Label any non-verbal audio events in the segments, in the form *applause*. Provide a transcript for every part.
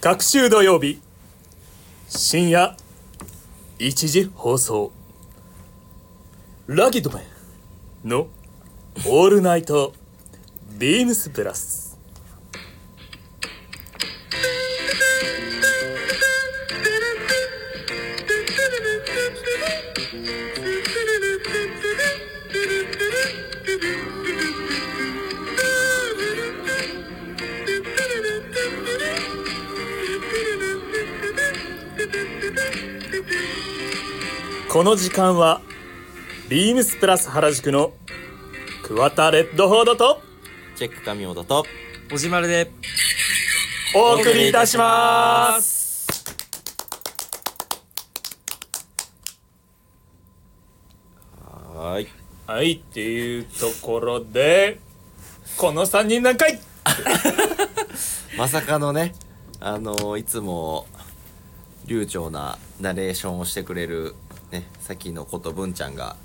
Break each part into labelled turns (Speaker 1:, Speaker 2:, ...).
Speaker 1: 各週土曜日深夜1時放送「ラギドメ」の「オールナイトビームスプラス」この時間はビームスプラス原宿の桑田レッドホードと
Speaker 2: チェック神尾だと
Speaker 3: おじまるで
Speaker 1: お送りいたします
Speaker 2: はーい
Speaker 1: はいっていうところでこの3人何回
Speaker 2: まさかのねあのーいつも流暢なナレーションをしてくれるねさっきのこと文ちゃんが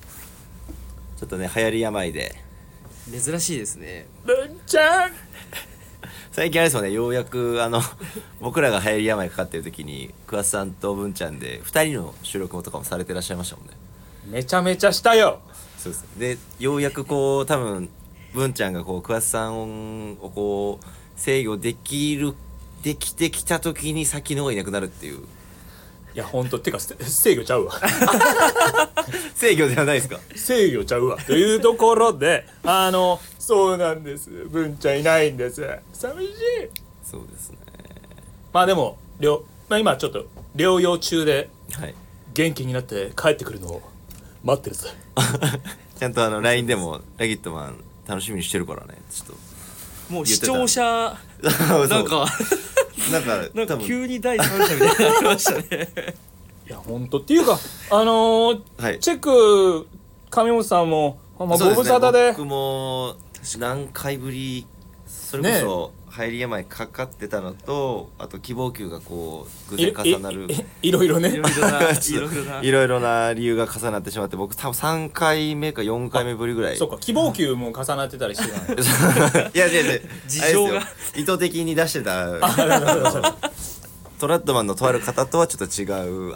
Speaker 2: ちょっとね流行り病で
Speaker 3: 珍しいですね
Speaker 1: 文ちゃん
Speaker 2: 最近あれですよねようやくあの *laughs* 僕らが流行り病かかってる時に桑田さんと文ちゃんで2人の収録とかもされてらっしゃいましたもんね
Speaker 1: めちゃめちゃしたよ
Speaker 2: そうですでようやくこう多分文ちゃんがこう桑田さんをこう制御できるできてきた時に先の方がいなくなるっていう
Speaker 1: いやほんとてかせ制御ちゃうわ
Speaker 2: 制御じゃないですか
Speaker 1: 制御ちゃうわというところ *laughs* であのそうなんです文ちゃんいないんです寂しい
Speaker 2: そうですね
Speaker 1: まあでも療、まあ、今ちょっと療養中で
Speaker 2: はい *laughs*
Speaker 1: 元気になって帰ってくるのを待ってるぜ
Speaker 2: ちゃんとあの LINE でも「ラギットマン楽しみにしてるからね」ちょっ
Speaker 3: もう
Speaker 2: 言っ
Speaker 3: 視
Speaker 2: てた
Speaker 3: 聴者
Speaker 2: と
Speaker 3: なんか
Speaker 2: *laughs* そうなんか
Speaker 3: なん
Speaker 2: 多
Speaker 3: か
Speaker 2: 分
Speaker 3: 急に第三者みたいになりましたね
Speaker 1: いやほんとっていうかあのー
Speaker 2: はい
Speaker 1: チェック上本さんも、まあ、
Speaker 2: そう
Speaker 1: ご
Speaker 2: ですね
Speaker 1: 無沙汰で
Speaker 2: 僕も何回ぶりそれこそ流行り病かかでたのとあと希望球がこう偶然重なる
Speaker 1: いいいろいろ
Speaker 3: い
Speaker 1: ね
Speaker 3: ろいろな
Speaker 2: *laughs* ち
Speaker 3: い
Speaker 2: ょ
Speaker 3: ろ
Speaker 2: っ
Speaker 3: いろな
Speaker 2: といろいろな理由が重なってしまって僕多分3回目か4回目ぶりぐらい
Speaker 1: そうか希望球も重なってたりしてたね
Speaker 2: *laughs* いやいやいや
Speaker 3: 事情が
Speaker 2: あれですよ意図的に出してたトラッドマンのとある方とはちょっと違うあー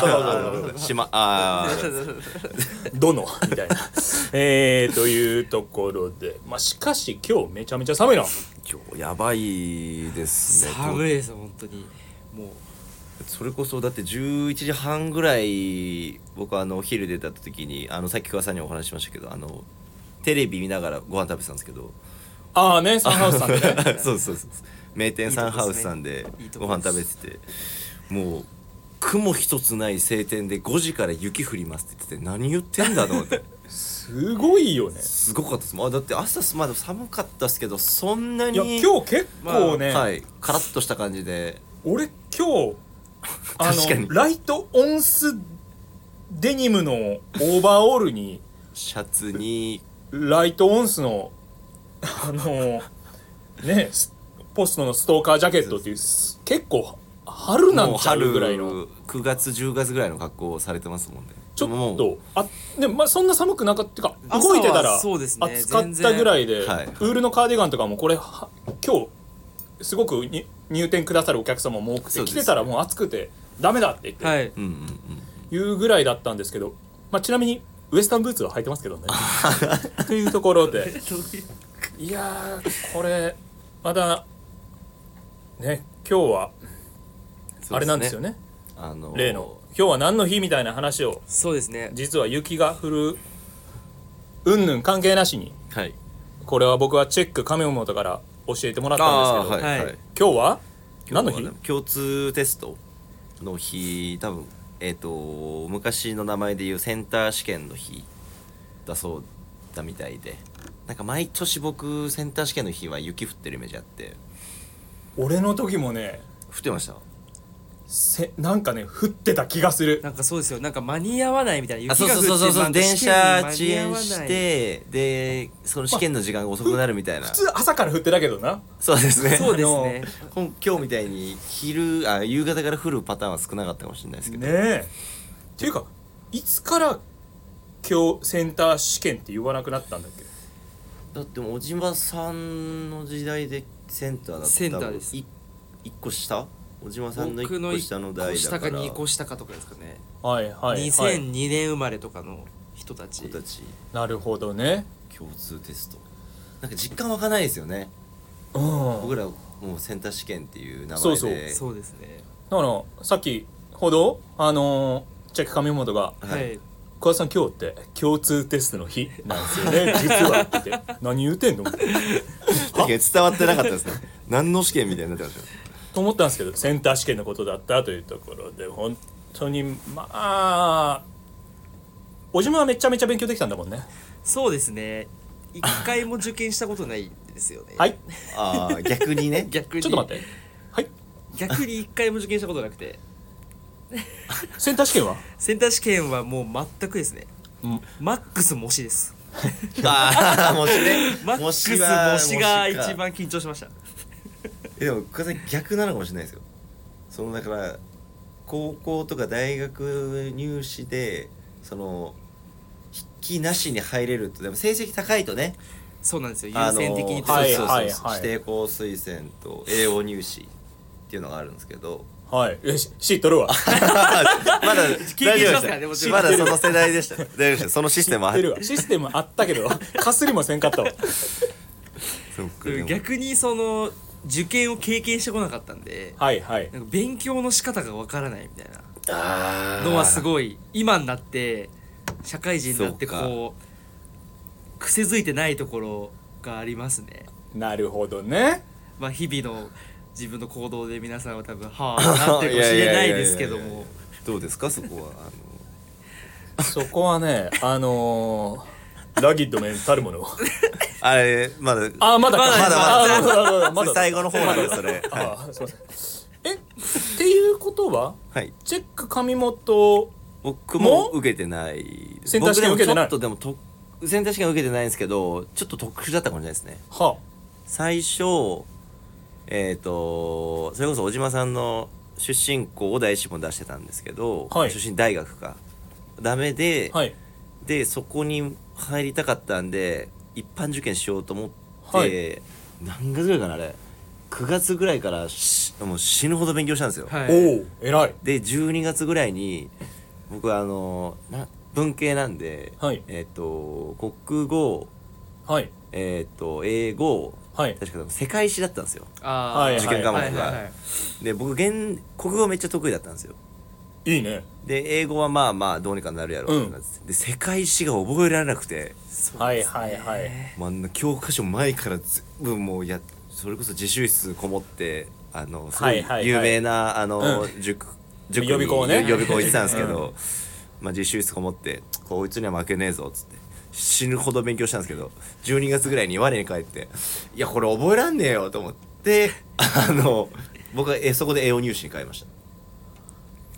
Speaker 1: あー
Speaker 2: あしまあー
Speaker 1: *laughs* どのみたいなえー、というところでまあしかし今日めちゃめちゃ寒いな
Speaker 2: 今日やばいですね
Speaker 3: 寒いです本当にもう
Speaker 2: それこそだって11時半ぐらい僕あのお昼出た時にあのさっき桑さんにお話ししましたけどあのテレビ見ながらご飯食べてたんですけど
Speaker 1: ああねサンハウスさんでね
Speaker 2: *laughs* そうそうそう名店サンハウスさんで
Speaker 3: いいと
Speaker 2: ご
Speaker 3: こ
Speaker 2: 飯
Speaker 3: です
Speaker 2: 食べててもう雲一つない晴天で5時から雪降りますって言ってて何言ってんだと思って
Speaker 1: *laughs* すごいよね
Speaker 2: すごかったですもんあだって朝まだ寒かったですけどそんないに
Speaker 1: や今日結構ね、
Speaker 2: はいカラッとした感じで
Speaker 1: 俺今日あ
Speaker 2: 確かに
Speaker 1: のライトオンスデニムのオーバーオールに
Speaker 2: シャツに
Speaker 1: ライトオンスのあのねスポストのストーカージャケットっていうす結構春なん
Speaker 2: もう
Speaker 1: ちゃう
Speaker 2: 春
Speaker 1: ぐ
Speaker 2: ぐ
Speaker 1: ら
Speaker 2: ら
Speaker 1: い
Speaker 2: い
Speaker 1: の
Speaker 2: の9月10月ぐらいの格好をされてますもんね
Speaker 1: ちょ
Speaker 2: でも
Speaker 1: っ
Speaker 2: もう
Speaker 1: とあでもまあそんな寒くなかったか
Speaker 3: 朝は
Speaker 1: 動いてたら
Speaker 3: そうですね
Speaker 1: 暑かったぐらいで、
Speaker 2: 全然はい
Speaker 1: ウールのカーディガンとかもこれは今日すごくに入店くださるお客様も多くて、
Speaker 2: そうで
Speaker 1: 来
Speaker 2: すね
Speaker 1: てたらもう暑くてダメだって言って、
Speaker 3: はい
Speaker 2: うんうんうん
Speaker 1: いうぐらいだったんですけど、まあ、ちなみにウエスタンブーツは履いてますけどね。というところでいやーこれまだね今日はあれなんですよ
Speaker 2: ね
Speaker 1: ね
Speaker 2: あの
Speaker 1: 例の今日は何の日みたいな話を
Speaker 3: そうですね
Speaker 1: 実は雪が降るうんぬん関係なしに
Speaker 2: はい
Speaker 1: これは僕はチェック亀本から教えてもらったん
Speaker 2: あ
Speaker 1: です
Speaker 2: あ
Speaker 1: け
Speaker 2: ー
Speaker 1: ど、
Speaker 2: はいはい、
Speaker 3: はい
Speaker 1: 今日は何の
Speaker 2: 今
Speaker 1: 日
Speaker 2: 日は共通テストの日多分えっ、と昔の名前で言うセンター試験の日だそうだみたいでなんか毎年僕センター試験の日は雪降ってるイメージあって
Speaker 1: 俺の時もね
Speaker 2: 降ってました
Speaker 1: せなんかね降ってた気がする
Speaker 3: なんかそうですよなんか間に合わないみたいな雪
Speaker 2: あそう
Speaker 3: が
Speaker 2: そうそう
Speaker 3: 降って
Speaker 2: そ
Speaker 3: ま
Speaker 2: うそう
Speaker 3: た
Speaker 2: 電
Speaker 3: 試験に間
Speaker 2: 車遅
Speaker 3: に合わ
Speaker 2: 延
Speaker 3: ない
Speaker 2: してでその試験の時間が遅くなるみたいな、
Speaker 1: 普通朝から降ってたけどな
Speaker 2: そうですね
Speaker 3: そうですね
Speaker 2: 今今日みたいに昼あ夕方から降るパターンは少なかったかもしれないですけど、
Speaker 1: ねえっていうかいつから今日センター試験って言わなくなったんだっけ
Speaker 2: だってもう小島さんの時代でセンターだった
Speaker 3: センターです
Speaker 2: い1個下小島さんの
Speaker 3: 僕
Speaker 2: 1
Speaker 3: の
Speaker 2: 個下
Speaker 3: 1
Speaker 2: の
Speaker 3: 個
Speaker 2: 代だ
Speaker 3: 下
Speaker 2: か
Speaker 3: から2個下かとかですかね、
Speaker 1: はいはい、はい、
Speaker 3: 2002年生まれとかの人たち
Speaker 2: 子たち
Speaker 1: なるほどね
Speaker 2: 共通テストなんか実感湧かないですよね
Speaker 1: うん
Speaker 2: 僕らもうセンター試験っていう名
Speaker 1: そう
Speaker 2: 前
Speaker 1: そう
Speaker 2: で
Speaker 3: そうですね
Speaker 1: だからさっきほどあのーチェック上本が
Speaker 2: は
Speaker 3: はいい、
Speaker 1: 「桑田さん今日って共通テストの日なんですよね実は」って言って何言うてんの
Speaker 2: だけど伝わってなかったですね *laughs* 何の試験みたいになってましたよ
Speaker 1: と思ったんですけどセンター試験のことだったというところで本当にまあ小島はめちゃめちゃ勉強できたんだもんね
Speaker 3: そうですね一回も受験したことないんですよね
Speaker 1: はい
Speaker 2: ああ逆にね
Speaker 3: *laughs* 逆に
Speaker 1: ちょっと待ってはい
Speaker 3: 逆に一回も受験したことなくて
Speaker 1: センター試験は
Speaker 3: センター試験はもう全くですね
Speaker 1: うん
Speaker 3: マックス模試です
Speaker 2: ああもし
Speaker 3: マ
Speaker 2: ね
Speaker 3: ックス模
Speaker 2: は
Speaker 3: 試が
Speaker 2: 模試か
Speaker 3: 一番緊張しました
Speaker 2: えでも加瀬さん逆なのかもしれないですよそのだから高校とか大学入試でその筆記なしに入れるとでも成績高いとね
Speaker 3: そうなんですよ優先的に
Speaker 1: あのーはい
Speaker 2: そうそうそう
Speaker 1: はいはい
Speaker 2: 指定校推薦と栄養入試っていうのがあるんですけど
Speaker 1: はいよしシート取るわ
Speaker 2: まだ
Speaker 3: 経験しますから
Speaker 2: 大
Speaker 3: ね
Speaker 2: 丈夫
Speaker 3: も
Speaker 2: で
Speaker 3: ち
Speaker 2: し
Speaker 3: ろ
Speaker 2: ま
Speaker 3: ん
Speaker 2: だその世代でした大丈夫でしたそのシステムは
Speaker 1: 知ってるわシステムあったけどかすりもせんかったわ
Speaker 2: そっかでも
Speaker 3: 逆にその受験を経験してこなかったんで
Speaker 1: はいはい
Speaker 3: なんか勉強の仕方がわからないみたいな
Speaker 2: あー
Speaker 3: のはすごい今になって社会人になって
Speaker 2: そうか
Speaker 3: こう癖づいてないところがありますね
Speaker 1: なるほどね
Speaker 3: まあ日々の自分の行動で皆さんは多分はあなってるかもしれないですけど
Speaker 2: いやいやいやいやい
Speaker 3: も
Speaker 2: やどうですかそこはあの
Speaker 1: そこはねあのーラギッドメンたるもの
Speaker 2: あれまだ
Speaker 1: あまだか
Speaker 3: ま
Speaker 1: あ
Speaker 3: だ
Speaker 1: まだまだまだ
Speaker 2: 最後の方なんですそれは、
Speaker 1: あすいませんえっていうことはい
Speaker 2: はい、
Speaker 1: チェック上本
Speaker 2: 僕
Speaker 1: も
Speaker 2: も受けてないです
Speaker 1: センター試験受けてない
Speaker 2: 僕でもちょっとでもとセンター試験受けてないんですけどちょっと特殊だったかもしれないですね
Speaker 1: は
Speaker 2: 最初えっ、とそれこそ小島さんの出身校を第一志望に出してたんですけど、
Speaker 1: はい
Speaker 2: 出身大学かダメで、
Speaker 1: はい
Speaker 2: でそこに入りたかったんで一般受験しようと思って、
Speaker 1: はい
Speaker 2: 何月ぐらいかなあれ9月ぐらいからしもう死ぬほど勉強したんですよ、
Speaker 3: はい
Speaker 1: おお偉い
Speaker 2: で12月ぐらいに僕はあのな文系なんで、
Speaker 1: はい
Speaker 2: えっ、と国語
Speaker 1: はい
Speaker 2: えっ、と英語
Speaker 1: はい
Speaker 2: 確か世界史だったんですよ
Speaker 3: あ
Speaker 1: は
Speaker 3: ー
Speaker 1: い受
Speaker 2: 験科目が
Speaker 3: はいはいはい
Speaker 2: で僕現国語めっちゃ得意だったんですよ
Speaker 1: いいね
Speaker 2: で英語はまあまあどうにかなるやろうってなって、で世界史が覚えられなくて
Speaker 1: はいはいはい
Speaker 2: もうあんな教科書前から全部もうやそれこそ自習室こもってあのすご
Speaker 1: はい
Speaker 2: い
Speaker 1: はいはい
Speaker 2: 有名なあの
Speaker 1: う
Speaker 2: 塾塾に
Speaker 1: 予備校ね
Speaker 2: 予備校行ってたんですけどまあ自習室こもってこいつには負けねえぞっつって死ぬほど勉強したんですけど12月ぐらいに我に返っていやこれ覚えらんねえよと思ってあの僕はえそこで栄養入試に変えました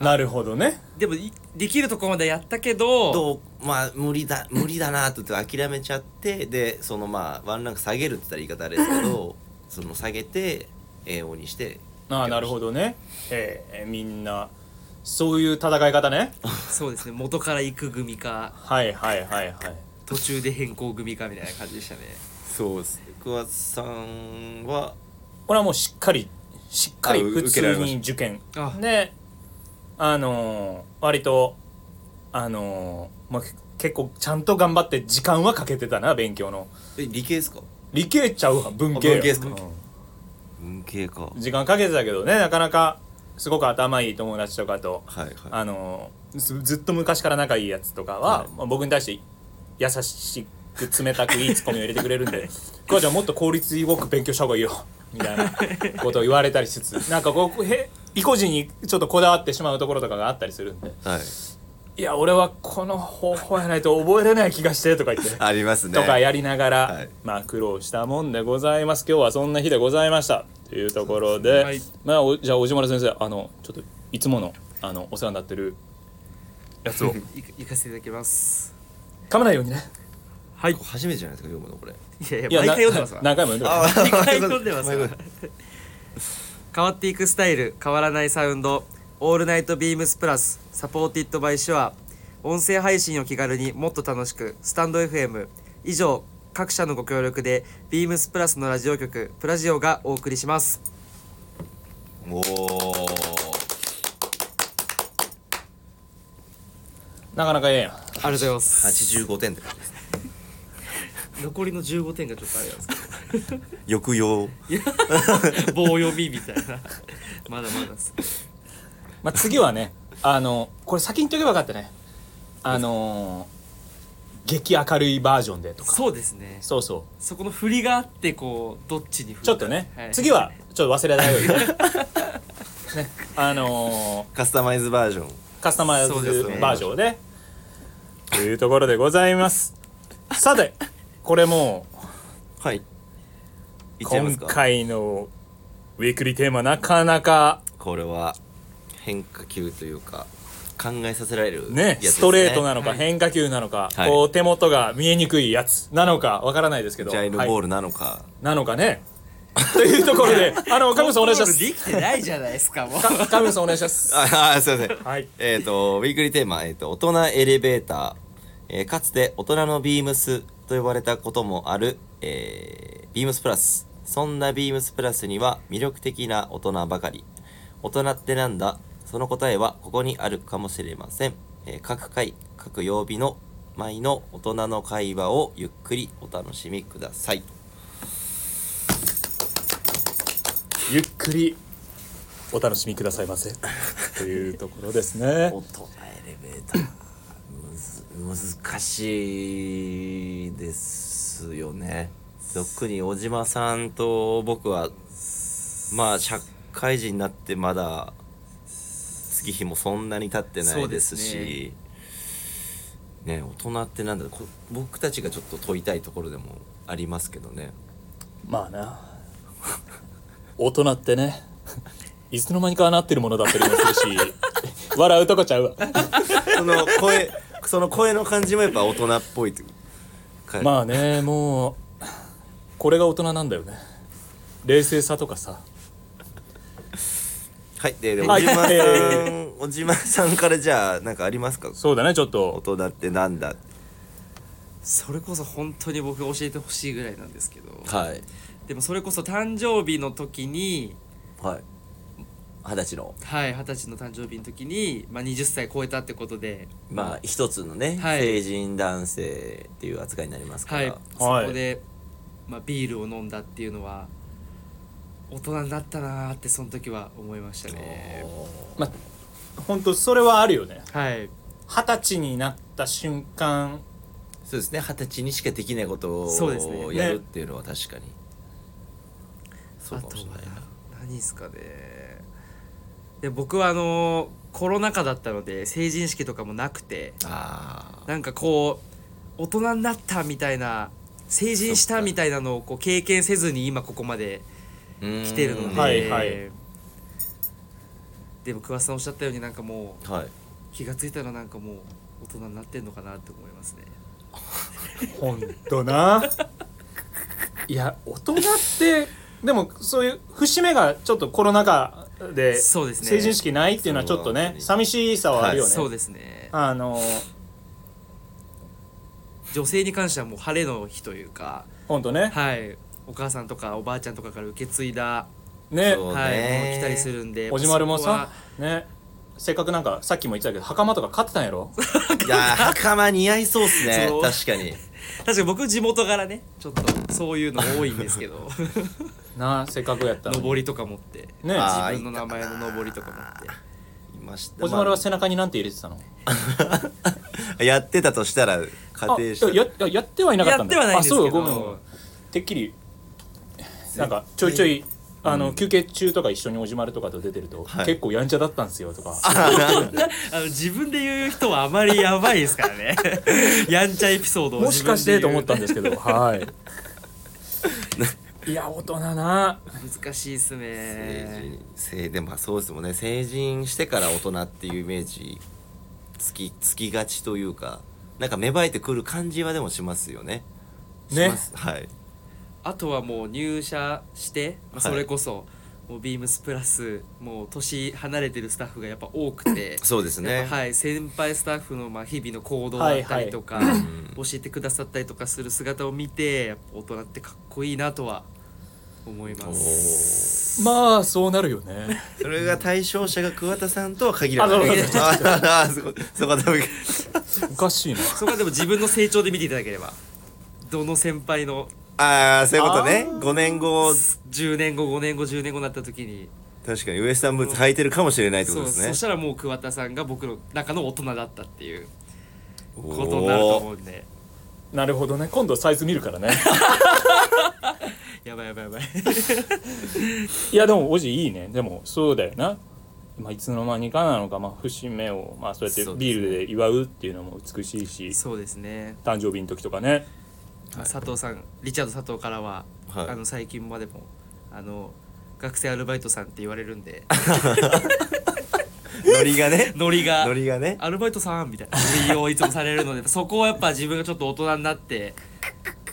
Speaker 1: なるほどね
Speaker 3: でもいできるとこまでやったけど
Speaker 2: どうまあ無理だ無理だなとって諦めちゃってでそのまあワンランク下げるって言ったら言い方あれですけ *laughs* どその下げて A5 にして
Speaker 1: ああなるほどねえーえーみんなそういう戦い方ね
Speaker 3: そうですね元から行く組か
Speaker 1: はいはいはいはい
Speaker 3: 途中で変更組かみたいな感じでしたね
Speaker 2: そうですね桑田さんは
Speaker 1: これはもうしっかりしっかり
Speaker 2: あう
Speaker 1: 普
Speaker 2: 受けら
Speaker 1: 通
Speaker 2: れまし
Speaker 1: に受験
Speaker 3: あ
Speaker 1: であのー割とあのーまあ、け結構ちゃんと頑張って時間はかけてたな勉強の
Speaker 2: え理系ですか
Speaker 1: 理系ちゃうわ文系や
Speaker 2: あ文系っすか
Speaker 1: う
Speaker 2: 文系かは
Speaker 1: ん時間かけてたけどねなかなかすごく頭いい友達とかと
Speaker 2: いはい
Speaker 1: あのーずずっと昔から仲いいやつとかは、
Speaker 2: はい
Speaker 1: まあ僕に対して優しく冷たくいいツッコミを入れてくれるんで *laughs* 「クワちゃんもっと効率よく勉強した方がいいよ」みたいなことを言われたりしつつなんかこうへ意固地にちょっとこだわってしまうところとかがあったりするんで
Speaker 2: はい
Speaker 1: 「いや俺はこの方法やないと覚えれない気がして」とか言って。
Speaker 2: ありますね
Speaker 1: とかやりながら、
Speaker 2: はい
Speaker 1: まあ苦労したもんでございます今日はそんな日でございましたというところで、
Speaker 3: はい
Speaker 1: まあおじゃあ小島田先生あのちょっといつものあのお世話になってるや
Speaker 3: *laughs*
Speaker 1: つを
Speaker 3: い行かせていただきます
Speaker 1: 噛まないようにね
Speaker 3: はい
Speaker 2: これ初めてじゃないですか読むのこれ
Speaker 3: いやいや毎回読んでます
Speaker 1: な
Speaker 3: わ
Speaker 1: *laughs* 何回も読んでます
Speaker 3: 毎 *laughs* 回読んでます
Speaker 2: ごめんご
Speaker 3: わ
Speaker 2: めん
Speaker 3: 変わっていくスタイル変わらないサウンドオールナイトビームスプラスサポーティッドバイシュア音声配信を気軽にもっと楽しくスタンド FM 以上各社のご協力でビームスプラスのラジオ局プラジオがお送りします
Speaker 2: おお
Speaker 1: なかなかええやん
Speaker 3: ありがとうございます
Speaker 2: 85点って感じですね
Speaker 3: 残りの15点がちょっとあれなんですけ
Speaker 2: 抑
Speaker 3: ど
Speaker 2: 揚
Speaker 3: 棒読みみたいな *laughs* まだまだです
Speaker 1: まあ、次はねあのこれ先に言っとけばよかったねあのー激明るいバージョンでとか
Speaker 3: そうですね
Speaker 1: そうそ
Speaker 3: そこの振りがあってこうどっちに振る
Speaker 1: うちょっとね、
Speaker 3: い
Speaker 1: 次はちょっと忘れないよう
Speaker 3: *laughs*
Speaker 1: にねねあの
Speaker 2: カスタマイズバージョン
Speaker 1: ーカスタマイズ
Speaker 3: そうです
Speaker 2: ね
Speaker 1: バージョンでというところでございますさてこれもう
Speaker 2: はいいっちゃい
Speaker 1: 今
Speaker 2: ますか
Speaker 1: 回のウィークリーテーマなかなか
Speaker 2: これは変化球というか考えさせられる
Speaker 1: ね
Speaker 2: やつです
Speaker 1: ストレートなのか
Speaker 3: はい
Speaker 1: 変化球なのか、
Speaker 2: はい
Speaker 1: こう手元が見えにくいやつなのかわからないですけど
Speaker 2: ジャイロ
Speaker 1: はい
Speaker 2: ボールなのか、
Speaker 1: なのかね *laughs* というところで、あの、神村さんお願いしま
Speaker 3: *laughs* コントロール
Speaker 1: す。
Speaker 3: できてないじゃないですかもう
Speaker 1: か神村さんお願いします。
Speaker 2: ああすいません
Speaker 1: はい。
Speaker 2: えっ、と、ウィークリーテーマ、えっ、と、大人エレベーター、えーかつて大人のビームスと呼ばれたこともある、えービームスプラス。そんなビームスプラスには魅力的な大人ばかり。大人ってなんだその答えはここにあるかもしれません。えー各回、各曜日の毎の大人の会話をゆっくりお楽しみください。
Speaker 1: ゆっくりお楽しみくださいませ。というところですね
Speaker 2: *laughs* 大。人エレベーターむず難しいですよね特に小島さんと僕はまあ社会人になってまだ月日もそんなに経ってないです
Speaker 3: そうで
Speaker 2: しね大人ってなんだろうこ僕たちがちょっと問いたいところでもありますけどね
Speaker 1: まあな。 *laughs* 大人ってね、いつの間にかなってるものだったりもするし、 *laughs* 笑うとこちゃうわ。
Speaker 2: その声その声の感じもやっぱ大人っぽいというか
Speaker 1: まあね、もう、これが大人なんだよね。冷静さとかさ。
Speaker 2: はい、で、で、
Speaker 1: は
Speaker 2: 小
Speaker 1: い
Speaker 2: 島さ
Speaker 1: え
Speaker 2: ん、小島さんからじゃあ、なんかありますか。
Speaker 1: そうだね、ちょっ
Speaker 2: 大
Speaker 1: と。
Speaker 2: 人ってなんだ。
Speaker 3: それこそ本当に僕教えてほしいぐらいなんですけど
Speaker 2: はい。
Speaker 3: でもそれこそ誕生日の時に
Speaker 2: はい。二十歳の、
Speaker 3: はい二十歳の誕生日の時に、まあ、20歳超えたってことで、
Speaker 2: まあ、一つのね、
Speaker 3: はい
Speaker 2: 成人男性っていう扱いになりますか
Speaker 3: はい
Speaker 2: ら。
Speaker 1: はい
Speaker 3: そこで、まあ、ビールを飲んだっていうのは大人になったなーってその時は思いましたね
Speaker 1: まあ、本当それはあるよね。
Speaker 3: はい
Speaker 1: 二十歳になった瞬間、
Speaker 2: そうですね、二十歳にしかできないこと
Speaker 3: そうですね
Speaker 2: をやるっていうのは確かに。そう
Speaker 3: あ
Speaker 2: かも
Speaker 3: と
Speaker 2: しれ
Speaker 3: は
Speaker 2: ないな。
Speaker 3: 何ですかねで僕はあのーコロナ禍だったので成人式とかもなくて
Speaker 2: あ
Speaker 3: なんかこう大人になったみたいな成人したみたいなのをこう経験せずに今ここまで
Speaker 2: あ。来
Speaker 3: 来てるので、
Speaker 1: はいはい
Speaker 3: でも桑田さんおっしゃったようになんかもう
Speaker 2: はい。
Speaker 3: 気がついたらなんかもう大人になってんのかなって思いますね
Speaker 1: ほんとないや大人ってでもそういう節目がちょっとコロナ禍で
Speaker 3: そうですね
Speaker 1: 成人式ないっていうのはちょっとね
Speaker 2: そう
Speaker 1: 寂しさはあるよね、
Speaker 3: そうですね
Speaker 1: あの
Speaker 3: 女性に関してはもう晴れの日というか
Speaker 1: ほんとね
Speaker 3: はいお母さんとかおばあちゃんとかから受け継いだ、
Speaker 1: ね
Speaker 2: そう
Speaker 3: はい
Speaker 2: ね
Speaker 3: もの来たりするんで
Speaker 1: おじまるも
Speaker 3: そこは
Speaker 1: さねせっかくなんかさっきも言ってたけど袴とか買ってたんやろ
Speaker 2: いやー、袴似合いそうっす
Speaker 3: *laughs*
Speaker 2: ね
Speaker 3: そう。
Speaker 2: 確かに。
Speaker 3: 確かに僕地元からねちょっとそういうの多いんですけど
Speaker 1: なあせっかくやったのに
Speaker 3: 上りとか持って
Speaker 1: ね
Speaker 2: あー
Speaker 3: 自分の名前の上りとか持って
Speaker 2: いました。
Speaker 1: おじまるは背中になんて入れてたの
Speaker 2: やってたとしたら、仮
Speaker 1: あ
Speaker 2: 定したら。
Speaker 1: やややってはいなかったんだ
Speaker 3: やってはないんですけど
Speaker 1: あそうごめんごめんてっきりなんかちょいちょいあの、休憩中とか一緒におじまるとかと出てると、
Speaker 2: はい
Speaker 1: 結構やんちゃだったんですよとか
Speaker 3: あの自分で言う人はあまりやばいですか
Speaker 1: *laughs*
Speaker 3: らねやんちゃエピソードを
Speaker 1: もしかしてと思ったんで
Speaker 3: で
Speaker 1: すけどはいいや大人な
Speaker 3: 難しいです
Speaker 2: 成
Speaker 3: ね
Speaker 2: 人せいでもまあそうですもんね成人してから大人っていうイメージつきつきがちというかなんか芽生えてくる感じはでもしますよね。
Speaker 1: ね
Speaker 2: しますはい
Speaker 3: あとはもう入社して、まあ
Speaker 2: はい
Speaker 3: それこそもうビームスプラスもう年離れてるスタッフがやっぱ多く
Speaker 1: *laughs*
Speaker 3: て
Speaker 2: そうです
Speaker 3: やっ
Speaker 2: ね。
Speaker 3: ぱはい、先輩スタッフのまあ日々の行動だったりとか、教えてくださったりとかする姿を見てやっぱ大人ってかっこいいなとは思います
Speaker 1: まあそうなるよね
Speaker 2: それが対象者が桑田さんとは限らな
Speaker 1: あそ
Speaker 2: い
Speaker 1: うそう
Speaker 2: *laughs* ああそこそこはダメか
Speaker 1: おかしいな
Speaker 3: そこはでも自分の成長で見ていただければどの先輩の
Speaker 2: ああそういうことね5年後
Speaker 3: 10年後5年後10年後になった時に
Speaker 2: 確かにウエスタンブーツ履いてるかもしれないってこ
Speaker 3: そう
Speaker 2: とです
Speaker 3: そ
Speaker 2: ね
Speaker 3: したらもう桑田さんが僕の中の大人だったっていう
Speaker 2: お
Speaker 3: ことになると思
Speaker 2: ー
Speaker 3: うんで
Speaker 1: なるほどね今度サイズ見るからね
Speaker 3: やばいやばいやばい
Speaker 1: いやでもおじいいねでもそうだよな、まあ、いつの間にかなのか、まあ、節目を、まあ、そうやって
Speaker 3: そうですね
Speaker 1: ビールで祝うっていうのも美しいし、
Speaker 3: そうですね
Speaker 1: 誕生日の時とかね
Speaker 3: 佐藤さんリチャード佐藤からは、
Speaker 2: はい
Speaker 3: あの最近までもあの学生アルバイトさんって言われるん
Speaker 2: *laughs*
Speaker 3: で
Speaker 2: ノリがね
Speaker 3: ノリが
Speaker 2: ノリがね
Speaker 3: アルバイトさんみたいなノリをいつもされるのでそこをやっぱ自分がちょっと大人になって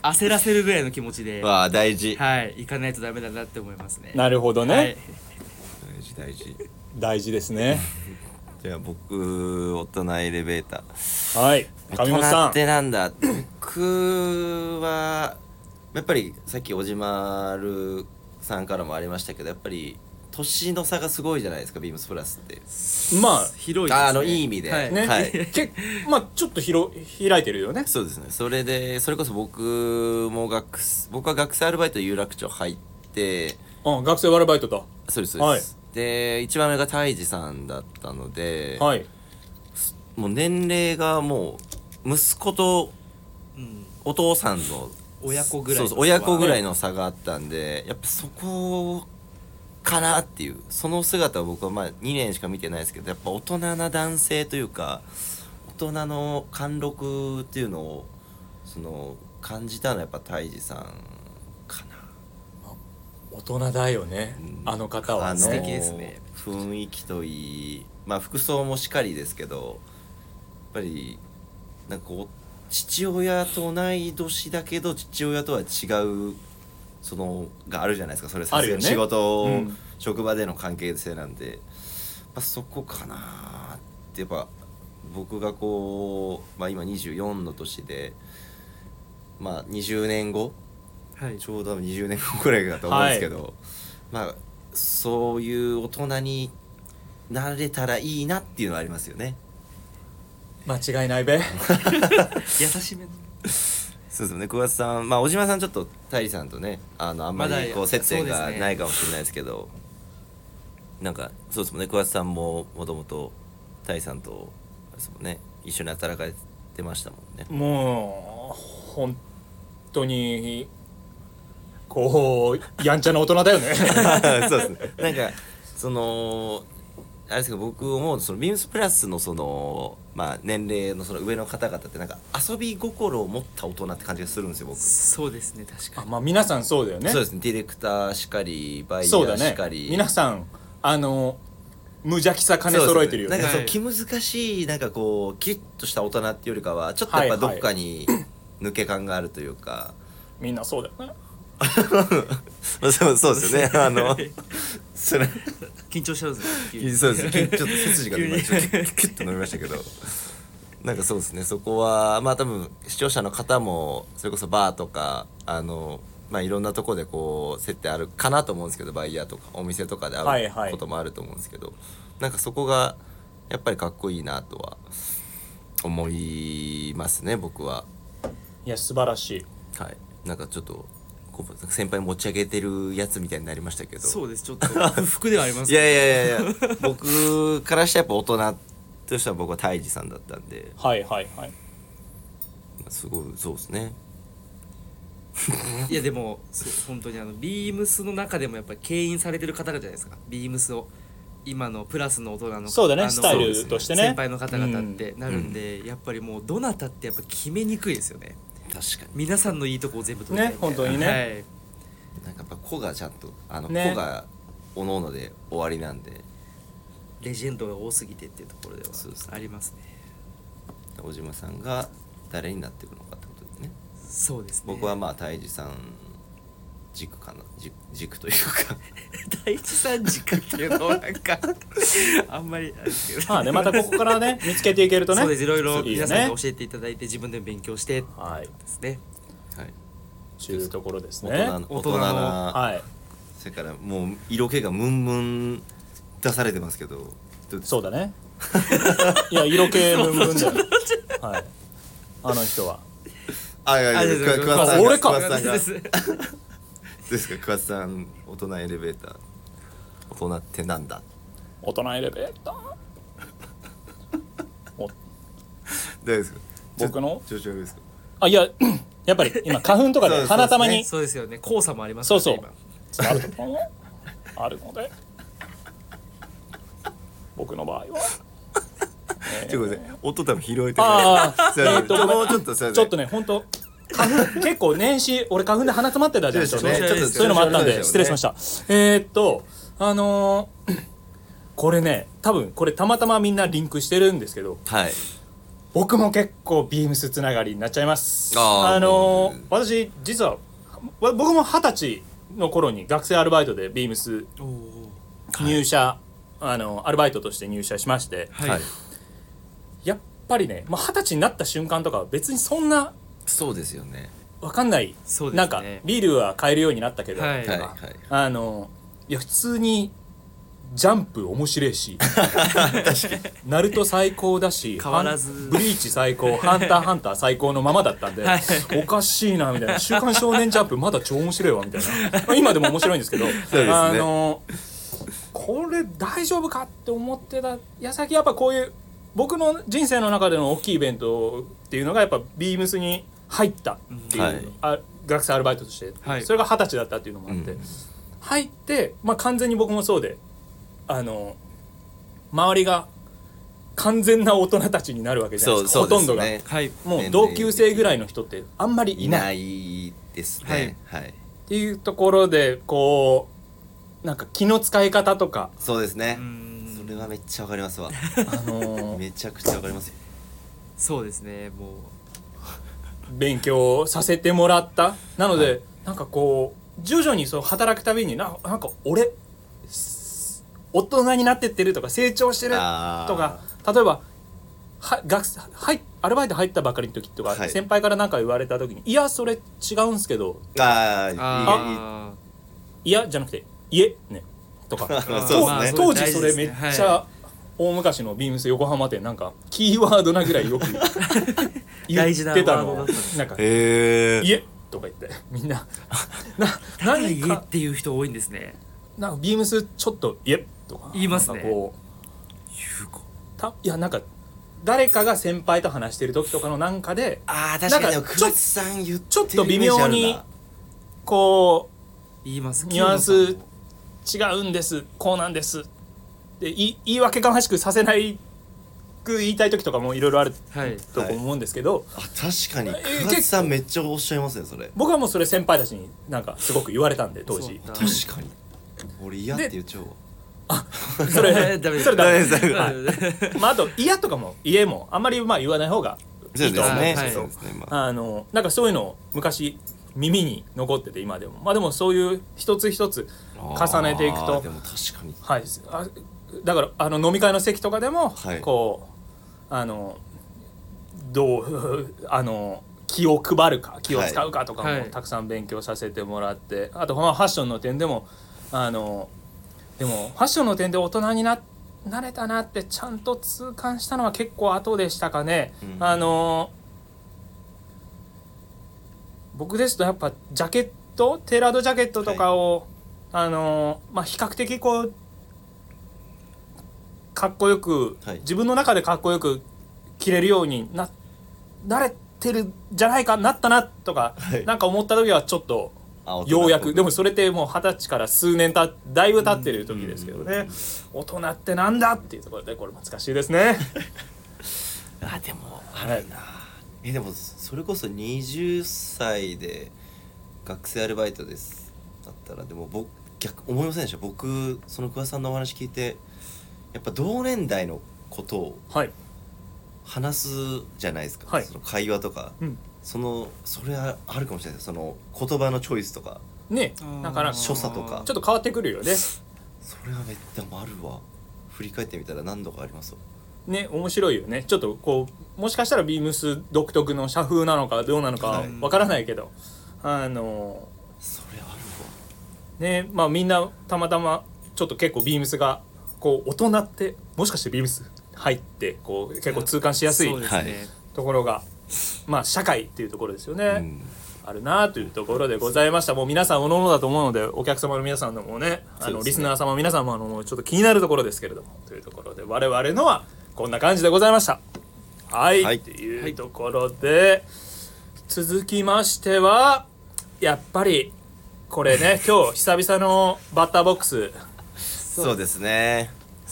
Speaker 3: 焦らせるぐらいの気持ちでは
Speaker 2: わあ大事
Speaker 3: い行かないとダメだなって思いますね。
Speaker 1: なるほどね、
Speaker 3: はい、
Speaker 2: 大事大事
Speaker 1: 大事です
Speaker 3: *laughs*
Speaker 1: ね
Speaker 2: じゃあ僕大人エレベーター
Speaker 1: はい上本
Speaker 2: 大
Speaker 1: さ
Speaker 2: 人ってなんだ僕はやっぱりさっき小島るさんからもありましたけどやっぱり年の差がすごいじゃないですかビームスプラスって
Speaker 1: んま
Speaker 3: 広いですね。
Speaker 2: ああのいい意味で、
Speaker 3: はい
Speaker 1: あね、
Speaker 2: はい
Speaker 1: けまあちょっと広開いてるよね
Speaker 2: そうですねそれでそれこそ僕も学生僕は学生アルバイト有楽町入って
Speaker 1: うん学生アルバイトと
Speaker 2: そうですそうです、で一番上が泰治さんだったので、
Speaker 1: はい
Speaker 2: もう年齢がもう息子と
Speaker 3: うん
Speaker 2: お父さんの
Speaker 3: 親子ぐらい
Speaker 2: そう
Speaker 3: の
Speaker 2: そう親子ぐらいの差があったんでやっぱそこかなっていうその姿を僕はまあ2年しか見てないですけどやっぱ大人な男性というか大人の貫禄っていうのをその感じたのはやっぱ泰治さんか
Speaker 1: 大人だよね、
Speaker 2: うん
Speaker 1: あの方
Speaker 2: な
Speaker 1: は
Speaker 2: あの
Speaker 1: ね
Speaker 3: 素敵ですね
Speaker 2: 雰囲気といいまあ服装もしかりですけどやっぱりなんかこう父親と同い年だけど父親とは違うそのがあるじゃないですかそれさ
Speaker 1: あ
Speaker 2: す
Speaker 1: るよ
Speaker 2: がに
Speaker 1: ね
Speaker 2: 仕事、
Speaker 1: うん
Speaker 2: 職場での関係性なんでやっぱそこかなってやっぱ僕がこう、まあ、今24の年で、まあ、20年後
Speaker 3: はい
Speaker 2: ちょうど20年後くらいだと思うんですけど、まあそういう大人になれたらいいなっていうのはありますよね。
Speaker 1: 間違いない
Speaker 3: *laughs*
Speaker 1: べ
Speaker 3: 優しめの
Speaker 2: そうですよね桑田さんまあ小島さんちょっと大理さんとねあのあんま
Speaker 3: まだ
Speaker 2: りこう接点
Speaker 3: そう
Speaker 2: が
Speaker 3: ですね
Speaker 2: ないかもしれないですけどなんかそうですもんね桑田さんももともと大さんとあれですもんね一緒に働かれてましたもんね。
Speaker 1: もう本当にこうやんちゃな大人だよ
Speaker 3: *laughs*
Speaker 1: ね *laughs*
Speaker 2: そうですね。なんかそのあれですけど僕思うのそのビームスプラスのそのまあ年齢のその上の方々ってなんか遊び心を持った大人って感じがするんですよ僕。
Speaker 3: そうですね確か
Speaker 1: あまあ皆さんそうだよね
Speaker 2: そうですね。ディレクターしかりバイヤ
Speaker 1: そうだ
Speaker 2: ー
Speaker 1: ね
Speaker 2: しかり、
Speaker 1: 皆さんあの無邪気さ金揃えてるよね
Speaker 2: そうですねなんかそう気難しいなんかこうキリッとした大人っていうよりかはちょっとやっぱどっかに抜け感があるというか。
Speaker 1: *laughs*
Speaker 2: *laughs*
Speaker 1: みんなそうだよね
Speaker 2: そうそうですよね。
Speaker 1: *laughs*
Speaker 2: あの、それ、
Speaker 3: に緊張しちゃうんですね
Speaker 2: そうですね。ちょっと背筋が今ちょっとキュッキュッと伸びましたけど。なんかそうですね。そこはまあ多分視聴者の方もそれこそバーとかあのまあいろんなところでこう接点あるかなと思うんですけど、バイヤーとかお店とかで
Speaker 1: は
Speaker 2: 会
Speaker 1: いはいう
Speaker 2: こともあると思うんですけど、なんかそこがやっぱりかっこいいなとは思いますね。僕は。
Speaker 1: いや素晴らしい
Speaker 2: はい。なんかちょっとこう先輩持ち上げてるやつみたいになりましたけど。
Speaker 3: そうですちょっと不服ではありますけ
Speaker 2: い
Speaker 3: ど
Speaker 2: やいやいやいや僕からしたらやっぱ大人としては僕は泰治さんだったんで
Speaker 1: はいはいはい
Speaker 2: まあすごいそうですね
Speaker 3: いやでもそう本当にあのビームスの中でもやっぱり牽引されてる方々じゃないですかビームスを今のプラスの大人の
Speaker 1: そうだ
Speaker 3: あ
Speaker 1: ね
Speaker 3: の
Speaker 1: スタイル
Speaker 2: そうですね
Speaker 1: としてね
Speaker 3: 先輩の方々ってなるんで、やっぱりもうどなたってやっぱ決めにくいですよね
Speaker 2: 確か
Speaker 3: 皆さんのいいとこを全部取りたいみたい
Speaker 1: ね
Speaker 3: な
Speaker 1: 本当にね
Speaker 3: はい
Speaker 2: になんかやっぱ子がちゃんとあの子
Speaker 1: ね
Speaker 2: がおのおので終わりなんで
Speaker 3: レジェンドが多すぎてっていうところでは
Speaker 2: そうですね
Speaker 3: ありますね
Speaker 2: 小島さんが誰になっていくのかってことですね
Speaker 3: そうですね
Speaker 2: 僕はまあ泰治さん軸かな軸軸というか *laughs*
Speaker 3: 第一三次かっていうのはなんか *laughs* あんまりあれですけど
Speaker 1: まあねまたここからね見つけていけるとね
Speaker 3: *laughs* そうですいろいろ
Speaker 1: いいよ
Speaker 3: 皆さん
Speaker 1: ね
Speaker 3: に教えていただいて自分でも勉強してで
Speaker 1: はい
Speaker 3: すね
Speaker 2: はい
Speaker 1: というところです
Speaker 2: 大
Speaker 1: ね
Speaker 2: 人の
Speaker 3: 大人の
Speaker 2: な
Speaker 1: はい
Speaker 2: それからもう色気がムンムン出されてますけどどうです
Speaker 1: そうだね *laughs* いや色気ムンムンだよはいあの人は
Speaker 2: あいやいや
Speaker 3: あ
Speaker 2: い
Speaker 3: い
Speaker 2: や
Speaker 3: や
Speaker 2: く桑田さん
Speaker 1: あ
Speaker 2: が
Speaker 1: 俺か
Speaker 3: *laughs*
Speaker 2: 桑田さん
Speaker 3: で
Speaker 2: がどう
Speaker 3: す
Speaker 2: ですか桑田さん大人エレベーター大人ってなんだ
Speaker 1: 大人エレベーターお
Speaker 2: どうですかちょ
Speaker 1: 僕の
Speaker 2: 調子悪いですか
Speaker 1: あいや *clears throat* やっぱり今花粉とか
Speaker 2: そう
Speaker 1: で
Speaker 2: です
Speaker 1: 鼻玉に
Speaker 3: そうですよね交差もあります
Speaker 1: そうそう
Speaker 3: から
Speaker 1: あ
Speaker 3: ね
Speaker 1: ると思うあるので僕の場合は
Speaker 2: ちょっとごめんなさい音多分拾えて
Speaker 1: あ
Speaker 2: ないすいません
Speaker 1: えっとごめん
Speaker 2: もうちょっとすいません
Speaker 1: ちょっとね本当花粉結構年始俺花粉で鼻詰まってたじゃん
Speaker 2: そう
Speaker 3: ですよね
Speaker 1: ちょっと
Speaker 3: ちょっと
Speaker 1: そういうのもあったんで
Speaker 2: そうです
Speaker 1: 失
Speaker 2: よね
Speaker 1: 礼しましたえーっとあのーこれね多分これたまたまみんなリンクしてるんですけど
Speaker 2: はい
Speaker 1: 僕も結構ビームスつながりになっちゃいます
Speaker 2: あー
Speaker 1: あのー
Speaker 2: うん
Speaker 1: 私実はわ僕も二十歳の頃に学生アルバイトでビームス
Speaker 3: おー
Speaker 1: 入社、あのアルバイトとして入社しまして
Speaker 3: はい、
Speaker 2: はい
Speaker 1: やっぱりねまあ二十、歳になった瞬間とかは別にそんな
Speaker 2: そうですよね
Speaker 1: わかんない、
Speaker 3: そうですね
Speaker 1: なんかビールは買えるようになったけど、
Speaker 3: はい
Speaker 2: はいは
Speaker 1: あのいや普通にジャンプ面白いしナルト最高だし
Speaker 3: 変わらず
Speaker 1: ハンブリーチ最高ハンターハンター最高のままだったんで、
Speaker 3: はい
Speaker 1: おかしいなみたいな「週刊少年ジャンプ」まだ超面白いわみたいな、まあ今でも面白いんですけど
Speaker 2: すね
Speaker 1: あのこれ大丈夫かって思ってた矢先やっぱこういう僕の人生の中での大きいイベントっていうのがやっぱビームスに入ったっていう、
Speaker 2: はい
Speaker 1: あ学生アルバイトとして、
Speaker 3: はい
Speaker 1: それが二十歳だったっていうのもあって。
Speaker 2: うん
Speaker 1: 入って、まあ、完全に僕もそうであの周りが完全な大人たちになるわけ
Speaker 2: い
Speaker 1: じゃない
Speaker 2: そう
Speaker 1: ですか
Speaker 2: そうです
Speaker 1: ほとんどが、
Speaker 2: ね
Speaker 3: はい
Speaker 1: もう同級生ぐらいの人ってあんまりい
Speaker 2: い
Speaker 1: な
Speaker 2: ない
Speaker 1: っ
Speaker 2: いですねはい
Speaker 1: ていうところでこうなんか気の使い方とか、
Speaker 2: そうですね
Speaker 3: うーん
Speaker 2: それはめっちゃわかり
Speaker 1: *laughs*
Speaker 2: ますわ
Speaker 1: あ
Speaker 2: *laughs*
Speaker 1: の
Speaker 2: めちゃくちゃわかりますよ
Speaker 3: そうですねもう
Speaker 1: 勉強させてもらったなので、なんかこう徐々にそう働くたびにななんか俺す大人になってってるとか成長してると
Speaker 2: あー
Speaker 1: か例えばは学生はいアルバイト入ったばかりの時とか、
Speaker 2: はい
Speaker 1: 先輩から何か言われた時に「いやそれ違うんすけど
Speaker 2: ああ
Speaker 3: あ
Speaker 1: いや」じゃなくて「いえ」ねとか
Speaker 2: ー
Speaker 1: と
Speaker 2: *laughs* そうですね
Speaker 1: 当時それめっ
Speaker 3: 大事です
Speaker 1: ち
Speaker 3: ね
Speaker 1: ゃ大昔のビームス横浜店なんかキーワードなぐらいよく言
Speaker 3: *laughs* 大事な
Speaker 1: ってた
Speaker 3: ワードだ
Speaker 1: の
Speaker 3: ったんです
Speaker 1: なんか
Speaker 2: へ
Speaker 1: いえとか言
Speaker 3: *laughs*
Speaker 1: ってみんなな
Speaker 3: あだから
Speaker 1: 何
Speaker 3: 家っ
Speaker 1: か
Speaker 3: ていう人多いんですね
Speaker 1: なんかビームスちょっといえとか
Speaker 3: 言いますね
Speaker 1: なんかこうたいやなんか誰かが先輩と話してる時とかのなんかで
Speaker 2: あー確かに
Speaker 1: な
Speaker 2: で
Speaker 1: ん
Speaker 2: も
Speaker 1: か
Speaker 2: 久保田さん言ってる
Speaker 1: ちょっと微妙に
Speaker 2: イメージある
Speaker 1: こ
Speaker 3: 言います
Speaker 1: ニュアンス
Speaker 3: 清野さんも
Speaker 1: う違うんですこうなんですでい言い訳がましくさせないく言いたい時とかもいろいろある
Speaker 3: はい
Speaker 1: と思うんですけど、
Speaker 2: なあ確かに
Speaker 1: え
Speaker 2: 久保田さんめっちゃおっしゃいますねそれ
Speaker 1: 僕はもうそれ先輩たちになんかすごく言われたんで当時
Speaker 3: そう
Speaker 2: 確かに俺嫌って言っちゃうわ
Speaker 1: それ
Speaker 3: ダメです
Speaker 1: それダメです
Speaker 2: ダメです
Speaker 1: はいまああと嫌とかも家もあんまりまあ言わない方がいいと思うんですけ
Speaker 3: そ
Speaker 1: ど、
Speaker 2: そうですねまあ
Speaker 1: あのなんかそういうのを昔耳に残ってて今でもまあでもそういう一つ一つ重ねていく
Speaker 2: あー
Speaker 1: と
Speaker 2: でも確かに
Speaker 1: はいあだからあの飲み会の席とかでも、
Speaker 2: はい
Speaker 1: こうあのどう *laughs* あの気を配るか気を使うかとか
Speaker 3: はい
Speaker 1: も
Speaker 3: はい
Speaker 1: たくさん勉強させてもらって、あとまあファッションの点でもあのでもファッションの点で大人にななれたなってちゃんと痛感したのは結構後でしたかね、
Speaker 2: うん
Speaker 1: あの僕ですとやっぱジャケットテーラードジャケットとかを、あのまあ比較的こうかっこよく、
Speaker 2: はい
Speaker 1: 自分の中でかっこよく着れるようにな慣れてるんじゃないかなったなとか、
Speaker 2: はい
Speaker 1: なんか思った時はちょっと
Speaker 2: あ大人
Speaker 1: ようやくでもそれってもう二十歳から数年ただいぶ経ってる時ですけどね大人ってなんだっていうところでこれ難しいですね
Speaker 2: *laughs* あでも
Speaker 1: あれ
Speaker 2: えでもそれこそ20歳で学生アルバイトですだったらでも僕逆思いませんでした僕その桑田さんのお話聞いてやっぱ同年代のことを
Speaker 1: はい、
Speaker 2: 話すじゃないですか、
Speaker 1: はい
Speaker 2: その会話とか
Speaker 1: うん、
Speaker 2: そのそれはあるかもしれないですその言葉のチョイスとか
Speaker 1: ね
Speaker 3: あー
Speaker 1: だからち
Speaker 2: 所作とか
Speaker 1: ょっと変わってくるよね
Speaker 2: それはめっちゃあるわ振り返ってみたら何度かありますわ
Speaker 1: ね面白いよねちょっとこうもしかしたらビームス独特の社風なのかどうなの
Speaker 2: は
Speaker 1: か
Speaker 2: い
Speaker 1: わからないけど、あの
Speaker 2: それあるわ
Speaker 1: ねまあみんなたまたまちょっと結構ビームスがこう大人ってもしかしてビームス入ってこう結構痛感しやすい
Speaker 3: そうですね、
Speaker 1: ところが、まあ社会っていうところですよね、
Speaker 2: ん
Speaker 1: あるなというところでございましたもう皆さんおののだと思うのでお客様の皆さんのもねあ
Speaker 2: そう
Speaker 1: の
Speaker 2: ですね
Speaker 1: リスナー様皆さんもあのちょっと気になるところですけれどもというところで我々のはこんな感じでございましたはい、
Speaker 2: はい
Speaker 1: というところで続きましてはやっぱりこれ
Speaker 2: *laughs*
Speaker 1: ね今日久々のバッターボックス
Speaker 2: そうですね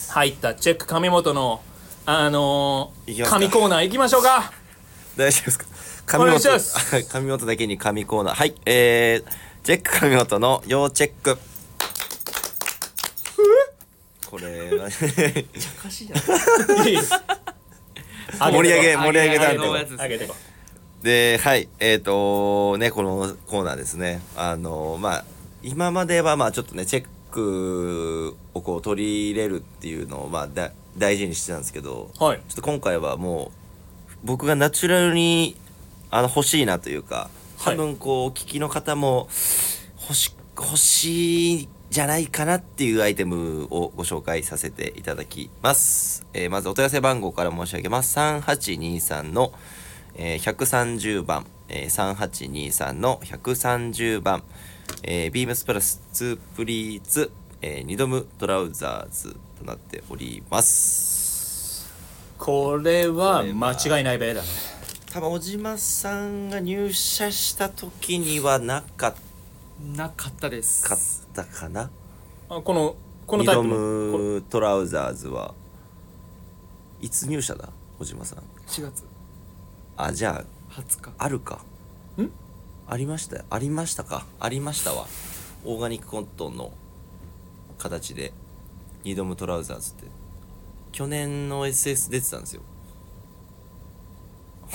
Speaker 1: 入ったチェック神本のあの
Speaker 2: いきますか
Speaker 1: 神コーナー行きましょうか
Speaker 2: 大丈夫ですか
Speaker 1: お願い
Speaker 2: 神
Speaker 1: しま
Speaker 2: 本 *laughs* 神本だけに神コーナーはいえー、チェック神本の要チェックこれは
Speaker 3: おかし
Speaker 1: い
Speaker 3: い
Speaker 1: いです
Speaker 2: 盛り上げ盛り上げ
Speaker 1: た
Speaker 2: 担
Speaker 1: ん
Speaker 3: のや
Speaker 2: 当
Speaker 3: つ
Speaker 1: 上げてこ
Speaker 2: *laughs* ではいえっ、ー、とねこのコーナーですねあのまあ今まではまあちょっとねチェックをこう取り入れるっていうのをまあだ大事にしてたんですけど
Speaker 1: うはい
Speaker 2: ちょっと今回はもう僕がナチュラルにあの欲しいなというか
Speaker 1: は
Speaker 2: 多
Speaker 1: い
Speaker 2: 分こうお聞きの方も欲し欲しいんじゃないかなっていうアイテムをご紹介させていただきます、えーまずお問い合わせ番号から申し上げます3823の、えー130番、えー3823の130番、えービームスプラス2プリーツ、えー、ニドムトラウザーズとなっております
Speaker 1: これは間違いないべだね
Speaker 2: 多分小島さんが入社した時にはなかっ
Speaker 3: なかったです
Speaker 2: かったかな
Speaker 1: あこのこの
Speaker 2: ミ
Speaker 1: タイ
Speaker 2: ド
Speaker 1: プのこれ
Speaker 2: ムトラウザーズはいつ入社だ小島さん
Speaker 3: 4月
Speaker 2: あじゃ
Speaker 3: 20日
Speaker 2: ああるか
Speaker 1: ん
Speaker 2: ありましたありましたかありましたわオーガニックコットンの形でニドムトラウザーズって去年の SS 出てたんです
Speaker 1: *laughs*
Speaker 2: よ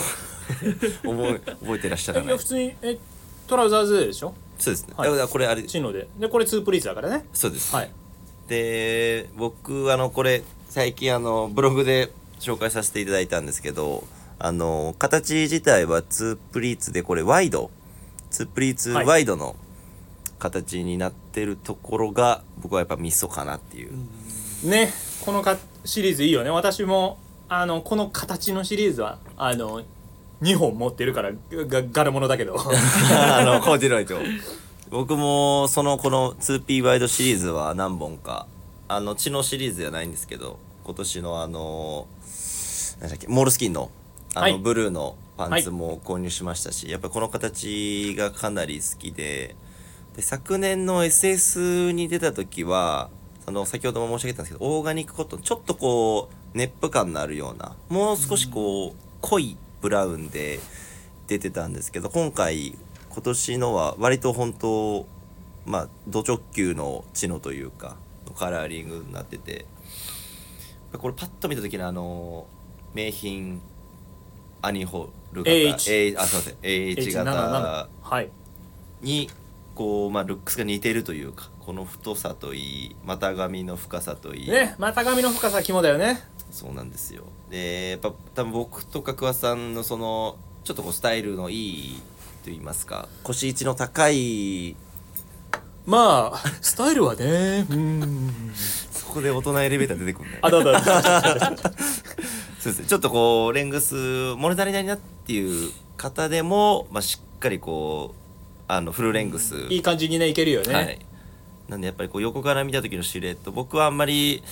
Speaker 2: 覚え覚えてらっしゃら
Speaker 1: い
Speaker 2: な
Speaker 1: や
Speaker 2: い
Speaker 1: 普通にえトラウザーズでしょ
Speaker 2: そうですね、
Speaker 1: はい
Speaker 2: だからこれあれ
Speaker 1: チノででこれツープリーズだからね
Speaker 2: そうです、
Speaker 1: はい
Speaker 2: で僕あのこれ最近あのブログで紹介させていただいたんですけどあの形自体はツープリーツでこれワイドツープリーツ
Speaker 1: はい
Speaker 2: ワイドの形になってるところが僕はやっぱミソかなっていう、
Speaker 1: ねこのかシリーズいいよね私もあのこの形のシリーズはあの2本持ってるからが柄物だけ
Speaker 2: *laughs*
Speaker 1: ど
Speaker 2: *laughs* あのコーデュロイと僕もそのこの 2P ワイドシリーズは何本かあの血のシリーズじゃないんですけど今年のあの何だっけモールスキンのあの、
Speaker 1: はい
Speaker 2: ブルーのパンツも購入しましたし、やっぱこの形がかなり好きでで昨年の SS に出た時はあの先ほども申し上げたんですけどオーガニックコットンちょっとこう熱風感のあるようなもう少しこう、濃いブラウンで出てたんですけど今回今年のは割と本当まあド直球のチノというかのカラーリングになっててこれパッと見た時のあの名品アニホール型
Speaker 1: AH
Speaker 2: A- あすいません AH 型
Speaker 1: はい
Speaker 2: にこう、まあ、ルックスが似てるというかこの太さといい股上の深さといい、
Speaker 1: ね股上の深さ肝だよね
Speaker 2: そうなんですよでやっぱ多分僕とか桑田さんのそのちょっとこうスタイルのいいと言いますか腰位置の高い
Speaker 1: まあスタイルはねうん
Speaker 2: そこで大人エレベーター出てくるんだよね
Speaker 1: あだだ
Speaker 2: *laughs*
Speaker 1: だ
Speaker 2: そうですねちょっとこうレングス物足りないなっていう方でも、まあ、しっかりこうあのフルレングス
Speaker 1: いい感じにねいけるよね、
Speaker 2: はい、なんでやっぱりこう横から見た時のシルエット僕はあんまり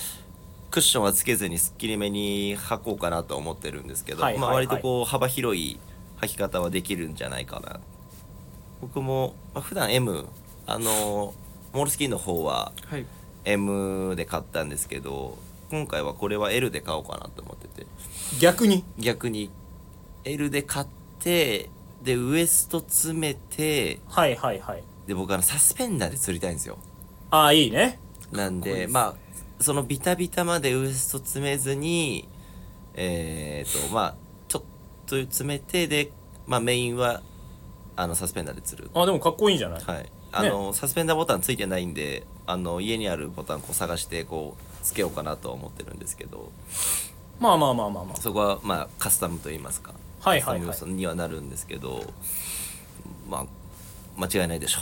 Speaker 2: クッションはつけずにすっきりめに履こうかなとは思ってるんですけど、
Speaker 1: はい
Speaker 2: まあ、
Speaker 1: はい
Speaker 2: 割とこう幅広い履き方はできるんじゃないかな僕も、まあ、普段 M あのモールスキンの方は
Speaker 3: はい
Speaker 2: M で買ったんですけど今回はこれは L で買おうかなと思ってて
Speaker 1: 逆に
Speaker 2: 逆に L で買ってでウエスト詰めて
Speaker 1: はいはいはい
Speaker 2: で僕あのサスペンダーで釣りたいんですよ
Speaker 1: ああいいね
Speaker 2: なんで
Speaker 3: かっこいいです
Speaker 2: まあそのビタビタまでウエスト詰めずにえー、とまあちょっと詰めてで、まあ、メインはあのサスペンダーで釣る
Speaker 1: あでもかっこいいんじゃない、
Speaker 2: はいあの、サスペンダーボタンついてないんであの家にあるボタンこう探してこうつけようかなとは思ってるんですけど
Speaker 1: まあまあまあまあまあ
Speaker 2: そこはまあカスタムといいますか
Speaker 1: はいはいはい
Speaker 2: カスタム要素にはなるんですけどまあ間違いないでしょ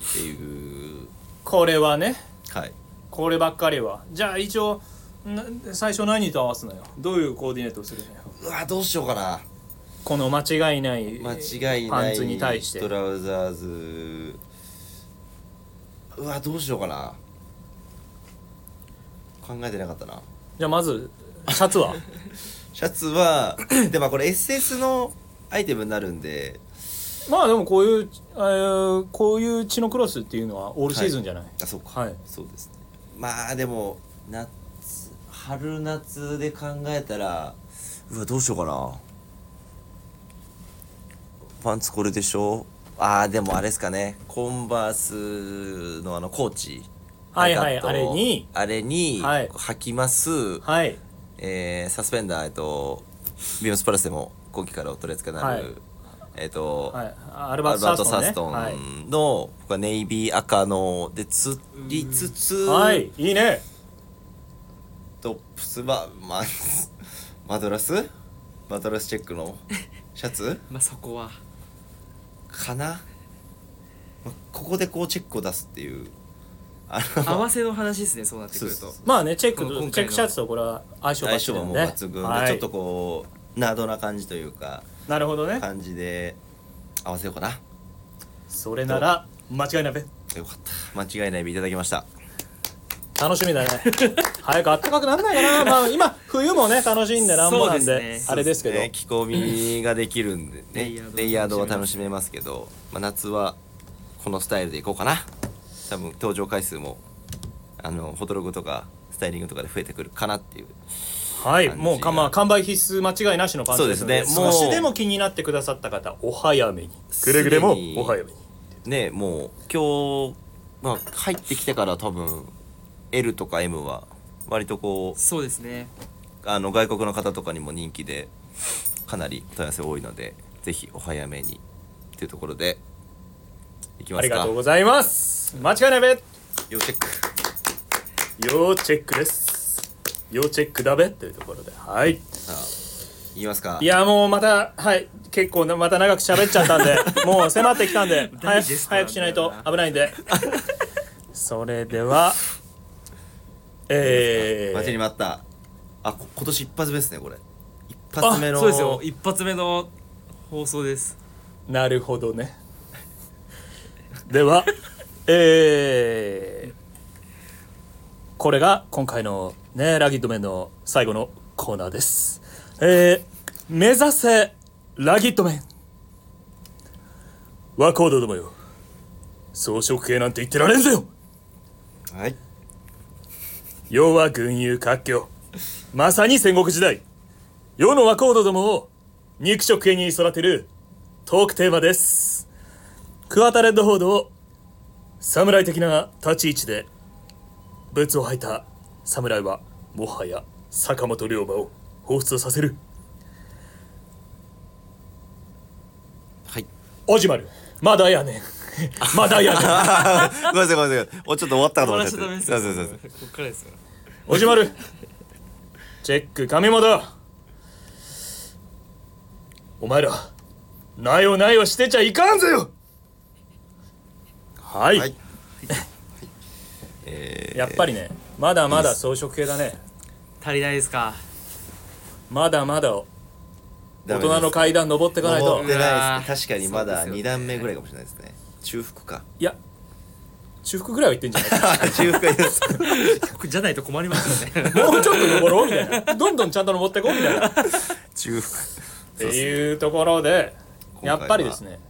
Speaker 2: うっていう
Speaker 1: これはね
Speaker 2: はい
Speaker 1: こればっかりはじゃあ一応な最初何と合わすのよどういうコーディネートをするのよ
Speaker 2: うわどうしようかな
Speaker 1: この間違いない
Speaker 2: 間違い
Speaker 1: パ
Speaker 2: な
Speaker 1: ン
Speaker 2: い
Speaker 1: ツに対して
Speaker 2: トラウザーズうわどうしようかな考えてなかったな
Speaker 1: じゃあまずシャツ
Speaker 2: *laughs*
Speaker 1: は
Speaker 2: シャツは *clears throat* でもこれ SS のアイテムになるんで
Speaker 1: まあでもこういう、えーこういう血のクロスっていうのはオールシーズンじゃない、
Speaker 2: あそうか、
Speaker 1: はい
Speaker 2: そうですねまあでも夏春夏で考えたらうわどうしようかなパンツこれでしょああでもあれですかねコンバースのあのコーチ
Speaker 1: はいはい
Speaker 2: 中と
Speaker 1: あれに
Speaker 2: あれに
Speaker 1: はい
Speaker 2: 履きます、
Speaker 1: はい
Speaker 2: えーサスペンダーえっとビームスプラスでも今季からお取り扱いになる、
Speaker 1: はい
Speaker 2: えっと、
Speaker 1: はい、アルバー
Speaker 2: アル
Speaker 1: ト・
Speaker 2: バ
Speaker 1: サ
Speaker 2: ート・
Speaker 1: ースト
Speaker 2: サ
Speaker 1: ン、ね、
Speaker 2: スト
Speaker 1: はい
Speaker 2: ンの、僕はネイビー赤ので釣りつつ、
Speaker 1: はい、いいね
Speaker 2: トップスは、まあ、マドラスマドラスチェックのシャツ
Speaker 3: まあそこは
Speaker 2: かな、まあここでこうチェックを出すっていうあ
Speaker 3: 合わせの話ですねそうなってくる
Speaker 2: そう
Speaker 3: と
Speaker 2: そう
Speaker 1: まあねチェック
Speaker 3: この今回の
Speaker 1: チェックシャツとこれは相性
Speaker 2: 相性は
Speaker 1: 抜
Speaker 2: も
Speaker 1: 群
Speaker 2: う
Speaker 1: だよね
Speaker 2: 抜群で、
Speaker 1: はい
Speaker 2: ちょっとこうナードな感じというか
Speaker 1: なるほどね、
Speaker 2: 感じで合わせようかな
Speaker 1: それなら間違いないべ
Speaker 2: よかった間違いないでいただきました
Speaker 1: 楽しみだね早く暖かくなんないかな
Speaker 2: *laughs*
Speaker 1: まあ今冬もね楽しんでなんぼなんで
Speaker 3: そうですね
Speaker 1: あれですけど
Speaker 2: ね着込みができるんでねレ
Speaker 3: レ
Speaker 2: イ
Speaker 3: イ
Speaker 2: ヤ
Speaker 3: ヤ
Speaker 2: ー
Speaker 3: ー
Speaker 2: ド
Speaker 3: ドは
Speaker 2: は楽
Speaker 3: 楽
Speaker 2: しめますけど、まあ、夏はこのスタイルでいこうかな多分登場回数もあのフォトログとかスタイリングとかで増えてくるかなっていう
Speaker 1: はい
Speaker 2: 感じが
Speaker 1: もうか、まあ、完売必須間違いなしのパンツですので
Speaker 2: そうですねもう
Speaker 1: 少しでも気になってくださった方お早めに
Speaker 2: くれぐれもお早
Speaker 1: めに
Speaker 2: ねもう今日、まあ、入ってきてから多分 L とか M は割とこう
Speaker 3: そうですね
Speaker 2: あの外国の方とかにも人気でかなり問い合わせ多いのでぜひお早めにっていうところでいき
Speaker 1: あ
Speaker 2: ま
Speaker 1: り
Speaker 2: す
Speaker 1: が
Speaker 2: か
Speaker 1: とうございます間違いないべ
Speaker 2: 要チェック
Speaker 1: 要チェックです要チェックだべというところではい
Speaker 2: さあいきますか
Speaker 1: いやもうまたはい結構なまた長く喋っちゃったんでもう迫ってきたんで
Speaker 3: ダ
Speaker 1: 早
Speaker 3: イジ
Speaker 1: く
Speaker 3: ェストなんだよ
Speaker 1: 早
Speaker 3: な
Speaker 1: くしないと危ないんでそれではえ
Speaker 2: 待ちに
Speaker 1: ー、
Speaker 2: 待ったあこ今年一発目ですねこれ一発目の
Speaker 3: そうですよ一発目の放送です
Speaker 1: なるほどねではえー、これが今回のねラギットメンの最後のコーナーですえー、目指せラギットメン和光堂どもよ装飾系なんて言ってられんぜよ
Speaker 2: はい
Speaker 1: 世は群雄割拠まさに戦国時代世の若人どもを肉食系に育てるトークテーマですクワタレッドホードを侍的な立ち位置でブーツを履いた侍はもはや坂本龍馬を彷彿とさせる
Speaker 2: はい
Speaker 1: おじまるまだやねんまだやねん
Speaker 2: ごめんなさいごめんなさいおちょっと終わったかと
Speaker 3: 終わ
Speaker 2: 思
Speaker 3: らし
Speaker 2: っちゃっ
Speaker 3: ち
Speaker 2: て
Speaker 3: ゃダメですよ
Speaker 2: すいませんすいません
Speaker 3: こっからですよ
Speaker 1: おじまるチェック神本お前らないをないをしてちゃいかんぜよはい、
Speaker 2: はいえ
Speaker 1: やっぱりねまだまだ装飾系だね
Speaker 3: 足りないですか
Speaker 1: まだまだ
Speaker 2: ー
Speaker 1: 大
Speaker 2: ダメです
Speaker 1: 人の階段登っていかないと
Speaker 2: 登ってな
Speaker 3: うわ
Speaker 2: い
Speaker 3: ー
Speaker 2: です確かにまだ
Speaker 3: そうですよね
Speaker 2: 二段目ぐらいかもしれないですね中腹か
Speaker 1: いや中腹ぐらいは行ってんじゃないか
Speaker 2: 中腹です
Speaker 3: じゃないと困りますよね
Speaker 1: もうちょっと登ろうみたい *laughs* などんどんちゃんと登ってこうみたいな
Speaker 2: 中
Speaker 1: っていうところで
Speaker 2: 今
Speaker 1: *laughs*
Speaker 2: 回
Speaker 1: や
Speaker 2: は
Speaker 1: っぱりですね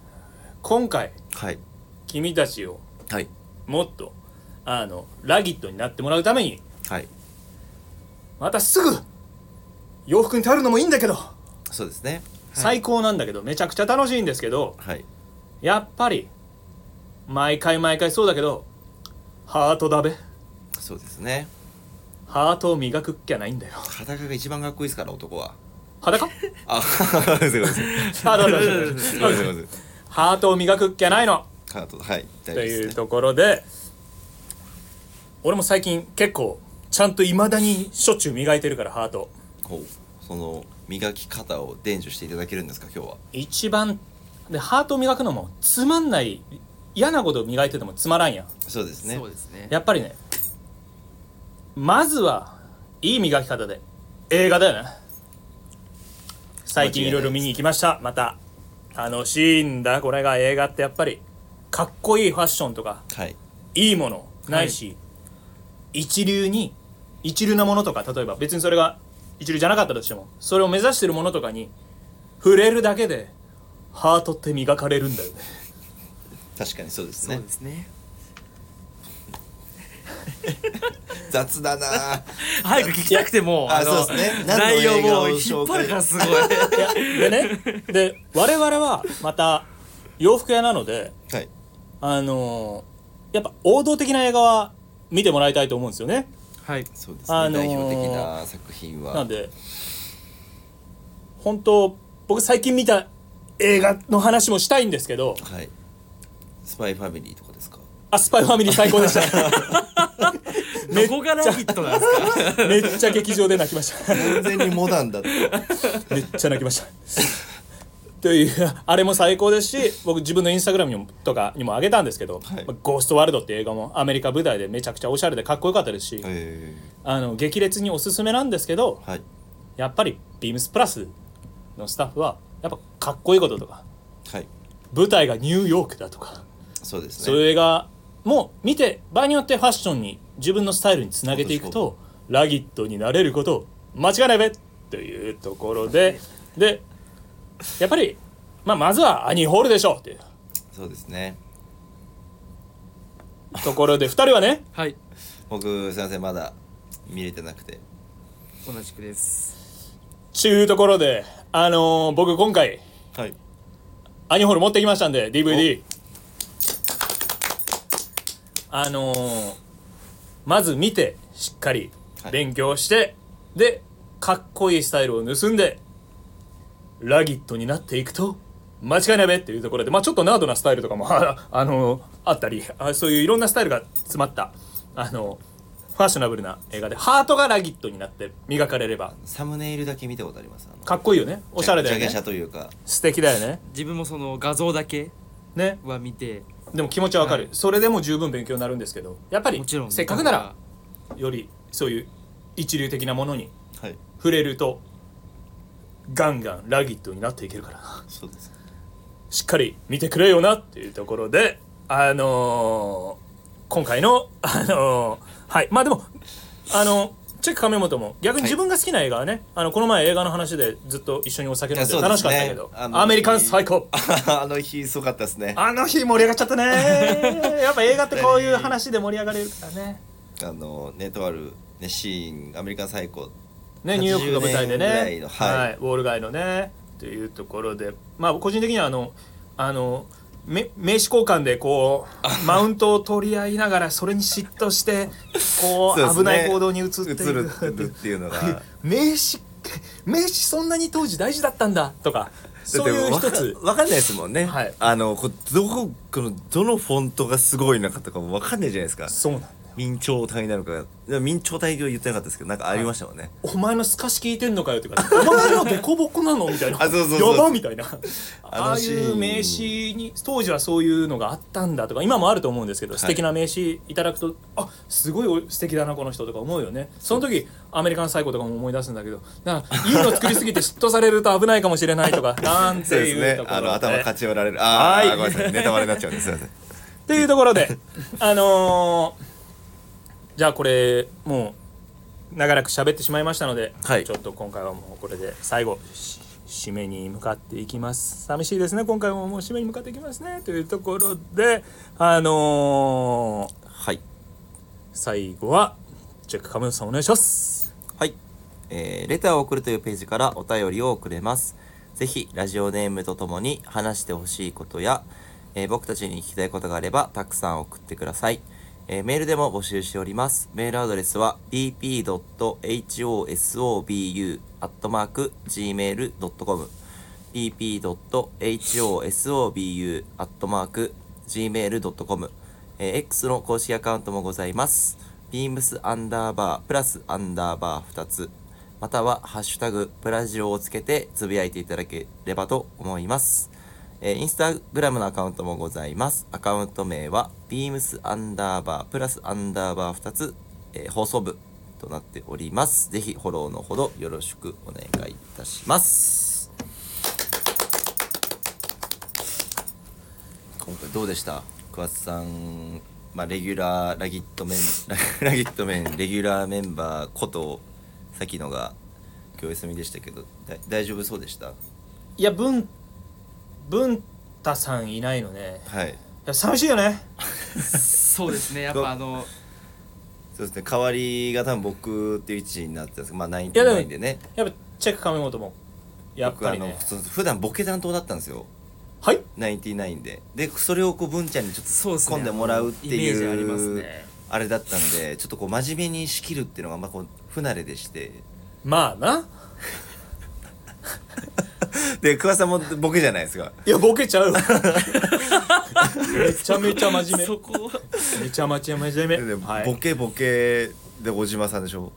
Speaker 1: 今回
Speaker 2: 腹はい
Speaker 1: 君たちを
Speaker 2: はい
Speaker 1: もっとあのラギットになってもらうために
Speaker 2: はい
Speaker 1: またすぐ洋服に頼るのもいいんだけど、
Speaker 2: そうですね
Speaker 1: 最高なんだけどめちゃくちゃ楽しいんですけど
Speaker 2: はい
Speaker 1: やっぱり毎回毎回そうだけどハートだべ
Speaker 2: そうですね
Speaker 1: ハートを磨くっきゃないんだよ
Speaker 2: 裸が一番かっこいいですから男は
Speaker 1: *laughs* 裸
Speaker 2: あすいません
Speaker 1: ハートだべ
Speaker 2: すいません
Speaker 1: *laughs*
Speaker 2: すいません
Speaker 1: ハートを磨くっきゃないの
Speaker 2: カートはい
Speaker 1: と
Speaker 2: 大丈夫です
Speaker 1: い
Speaker 2: ね
Speaker 1: うところで俺も最近結構ちゃんといまだにしょっちゅう磨いてるからハート
Speaker 2: ほうその磨き方を伝授していただけるんですか今日は
Speaker 1: 一番でハートを磨くのもつまんない嫌なことを磨いててもつまらんやん
Speaker 2: そうです
Speaker 3: *laughs*
Speaker 2: ね
Speaker 3: そうですね
Speaker 1: やっぱりねまずはいい磨き方で映画だよね最近いろいろ見に行きましたまた楽しいんだこれが映画ってやっぱりかっこいいファッションとか
Speaker 2: はい
Speaker 1: いいものないし、一流に一流なものとか例えば別にそれが一流じゃなかったとしてもそれを目指してるものとかに触れるだけでハートって磨かれるん *laughs* だよね
Speaker 2: 確かにそうです
Speaker 3: そ
Speaker 2: ね
Speaker 3: うですね
Speaker 1: *laughs*
Speaker 2: 雑だな
Speaker 3: 早く聞きたくても
Speaker 2: あ
Speaker 3: あの
Speaker 2: そうですね何の
Speaker 3: 内容
Speaker 2: 映画を
Speaker 3: もう引
Speaker 2: 紹
Speaker 3: っ張
Speaker 2: 介
Speaker 3: るからすごい
Speaker 1: いやでねで我々はまた洋服屋なので
Speaker 2: はい
Speaker 1: あのーやっぱ王道的な映画は見てもらいたいと思うんですよね
Speaker 3: はい
Speaker 2: そうですね、
Speaker 1: あのー
Speaker 2: 代表的な作品は
Speaker 1: なんで本当僕最近見た映画の話もしたいんですけど
Speaker 2: はいスパイファミリーとかですか
Speaker 1: あスパイファミリー最高で
Speaker 2: *laughs*
Speaker 1: した
Speaker 3: どこからヒットなんですか
Speaker 1: めっちゃ劇場で泣きま
Speaker 2: *laughs*
Speaker 1: した
Speaker 2: 完全にモ
Speaker 1: *laughs*
Speaker 2: ダンだって
Speaker 1: めっちゃ泣きましたというあれも最高ですし僕自分のインスタグラムにもとかにも上げたんですけど「
Speaker 2: はい
Speaker 1: まあゴーストワールド」って映画もアメリカ舞台でめちゃくちゃおしゃれでかっこよかったですし、
Speaker 2: え
Speaker 1: あの激烈におすすめなんですけど
Speaker 2: ー、はい
Speaker 1: やっぱりビームスプラスのスタッフはやっぱかっこいいこととか
Speaker 2: はい
Speaker 1: 舞台がニューヨークだとか、
Speaker 2: そうですね
Speaker 1: そういう映画も見て場合によってファッションに自分のスタイルにつなげていくとラギットになれることを間違いないべというところででやっぱり、まあ、まずはアニーホールでしょうという
Speaker 2: そうですね
Speaker 1: ところで2人はね
Speaker 3: はい
Speaker 2: 僕すいませんまだ見れてなくて
Speaker 3: 同じくです
Speaker 1: ちゅうところであのー僕今回
Speaker 2: はい
Speaker 1: アニホール持ってきましたんで DVD あのーまず見てしっかり
Speaker 2: はい
Speaker 1: 勉強して、でかっこいいスタイルを盗んでラギットになっていくと間違いないべっていうところで、まあ、ちょっとナードなスタイルとかも *laughs* あ、あのーあったりあそういういろんなスタイルが詰まった、あのーファッショナブルな映画でハートがラギットになって磨かれれば
Speaker 2: サムネイルだけ見たことありますあの
Speaker 1: かっこいいよねおしゃれだよ
Speaker 2: ジャケシャ
Speaker 1: ね
Speaker 2: というか
Speaker 1: 素敵だよね
Speaker 3: 自分もその画像だけ
Speaker 1: ね
Speaker 3: は見て
Speaker 1: でも気持ちはわかる、
Speaker 3: はい
Speaker 1: それでも十分勉強になるんですけどやっぱり
Speaker 3: もちろん
Speaker 1: せっかくならよりそういう一流的なものに
Speaker 2: はい
Speaker 1: 触れるとガンガンラギットになっていけるから
Speaker 2: そうです
Speaker 1: しっかり見てくれよなっていうところであのー今回のあのーはいまあでもあのチェック亀本も逆に自分が好きな映画はね、あのこの前映画の話でずっと一緒にお酒飲んで
Speaker 2: いやそう
Speaker 1: 楽
Speaker 2: で
Speaker 1: し
Speaker 2: す
Speaker 1: か
Speaker 2: ね
Speaker 1: ったけど、
Speaker 2: あの
Speaker 1: アメリカン最高
Speaker 2: *laughs* あの日すごかったですねあ
Speaker 1: あの日盛り上がっちゃった
Speaker 2: *laughs*
Speaker 1: ねやっぱ映画ってこういう話で盛り上がれるからね
Speaker 2: のねとあるねシーンアメリカン最高
Speaker 1: ねニューヨークが舞台で
Speaker 2: 80年ぐらい
Speaker 1: ね
Speaker 2: のはい
Speaker 1: ウォール街のねというところでまあ個人的にはあのあのめ名刺交換でこうマウントを取り合いながらそれに嫉妬してこ
Speaker 2: そうで
Speaker 1: う
Speaker 2: す
Speaker 1: 危
Speaker 2: ね
Speaker 1: ない行動に移っていく
Speaker 2: 移るっていうのが
Speaker 1: 名刺名刺そんなに当時大事だったんだと
Speaker 2: *laughs*
Speaker 1: かそういう一つ
Speaker 2: 分かんないですもんね、
Speaker 1: はい
Speaker 2: あのこどここのどのフォントがすごいのかとかも分かんないじゃないですか
Speaker 1: そうなんだ
Speaker 2: 明朝体なのか明朝体を言ってなかったですけどなんかありましたもんね、
Speaker 1: お前の透かし聞いてんのかよとか、 *laughs* お前のデコボコなのみたいな、
Speaker 2: あそうそうそう
Speaker 1: やばみたいな、
Speaker 2: あ
Speaker 1: あ
Speaker 2: の
Speaker 1: あい
Speaker 2: シーン
Speaker 1: う名刺に、当時はそういうのがあったんだとか、今もあると思うんですけど、
Speaker 2: い
Speaker 1: 素敵な名刺いただくと、あすごいお素敵だな、この人とか思うよね、その時アメリカン最高とかも思い出すんだけど、なんかいいの作りすぎて嫉妬されると危ないかもしれないとか、なんて
Speaker 2: *laughs* そうです
Speaker 1: いう
Speaker 2: ね
Speaker 1: とこ
Speaker 2: あ
Speaker 1: ろ
Speaker 2: の頭
Speaker 1: で。
Speaker 2: かち割られるあー
Speaker 1: は
Speaker 2: あ
Speaker 1: い
Speaker 2: ーごめんなさいネタバレになっちゃうんですすいません
Speaker 1: っていうところで *laughs* あのーじゃあこれもう長らく喋ってしまいましたので、
Speaker 2: はい
Speaker 1: ちょっと今回はもうこれで最後し締めに向かっていきます寂しいですね今回ももう締めに向かっていきますねというところであのー
Speaker 2: はい
Speaker 1: 最後はチェックカメラさんお願いします
Speaker 2: はい、えーレターを送るというページからお便りを送れますぜひラジオネームとともに話してほしいことや、えー僕たちに聞きたいことがあればたくさん送ってください、えーメールでも募集しておりますメールアドレスは bp.hosobu.gmail.com bp.hosobu.gmail.com えー X の公式アカウントもございます。beams アンダーバープラスアンダーバー2つまたはハッシュタグプラジオをつけてつぶやいていただければと思います。えーインスタグラムのアカウントもございます。アカウント名は beams アンダーバープラスアンダーバー2つ、えー放送部となっております。ぜひフォローのほどよろしくお願いいたします。今回どうでした桑田さん、まあ、レギュラーラギットメン *laughs* ラギットメンレギュラーメンバーことさきのが今日お休みでしたけどだ大丈夫そうでした
Speaker 1: いや文文太さんいないのね
Speaker 2: はい
Speaker 1: いや寂しいよね
Speaker 3: そうですねやっぱあ
Speaker 2: *laughs*
Speaker 3: の
Speaker 2: そうですね代わりが多分僕っていう位置になってたんですけどまあナイン
Speaker 1: やでも
Speaker 2: でね
Speaker 1: やっぱチェック亀本もやっ
Speaker 2: 僕
Speaker 1: ぱ
Speaker 2: あ
Speaker 1: り
Speaker 2: の
Speaker 1: ね
Speaker 2: そう普段ボケ担当だったんですよ
Speaker 1: はい
Speaker 2: 99ででそれをこう文ちゃんにちょっと
Speaker 3: そう
Speaker 2: 突
Speaker 3: で
Speaker 2: っ
Speaker 3: すね
Speaker 2: 込んでもらうって
Speaker 3: イメージあり
Speaker 2: い
Speaker 3: ます
Speaker 2: う
Speaker 3: ね
Speaker 2: あれだったんでちょっとこう真面目に仕切るっていうのがまあこう不慣れでして
Speaker 1: まあな
Speaker 2: で桑さんもボケじゃないですか
Speaker 1: いやボケち
Speaker 3: *laughs*
Speaker 1: ゃうめちゃめちゃ真面
Speaker 3: そこは
Speaker 1: 目めちゃめちゃ真面目
Speaker 2: で
Speaker 1: は
Speaker 2: ボ
Speaker 1: い、
Speaker 2: ケボケで小島さんでしょ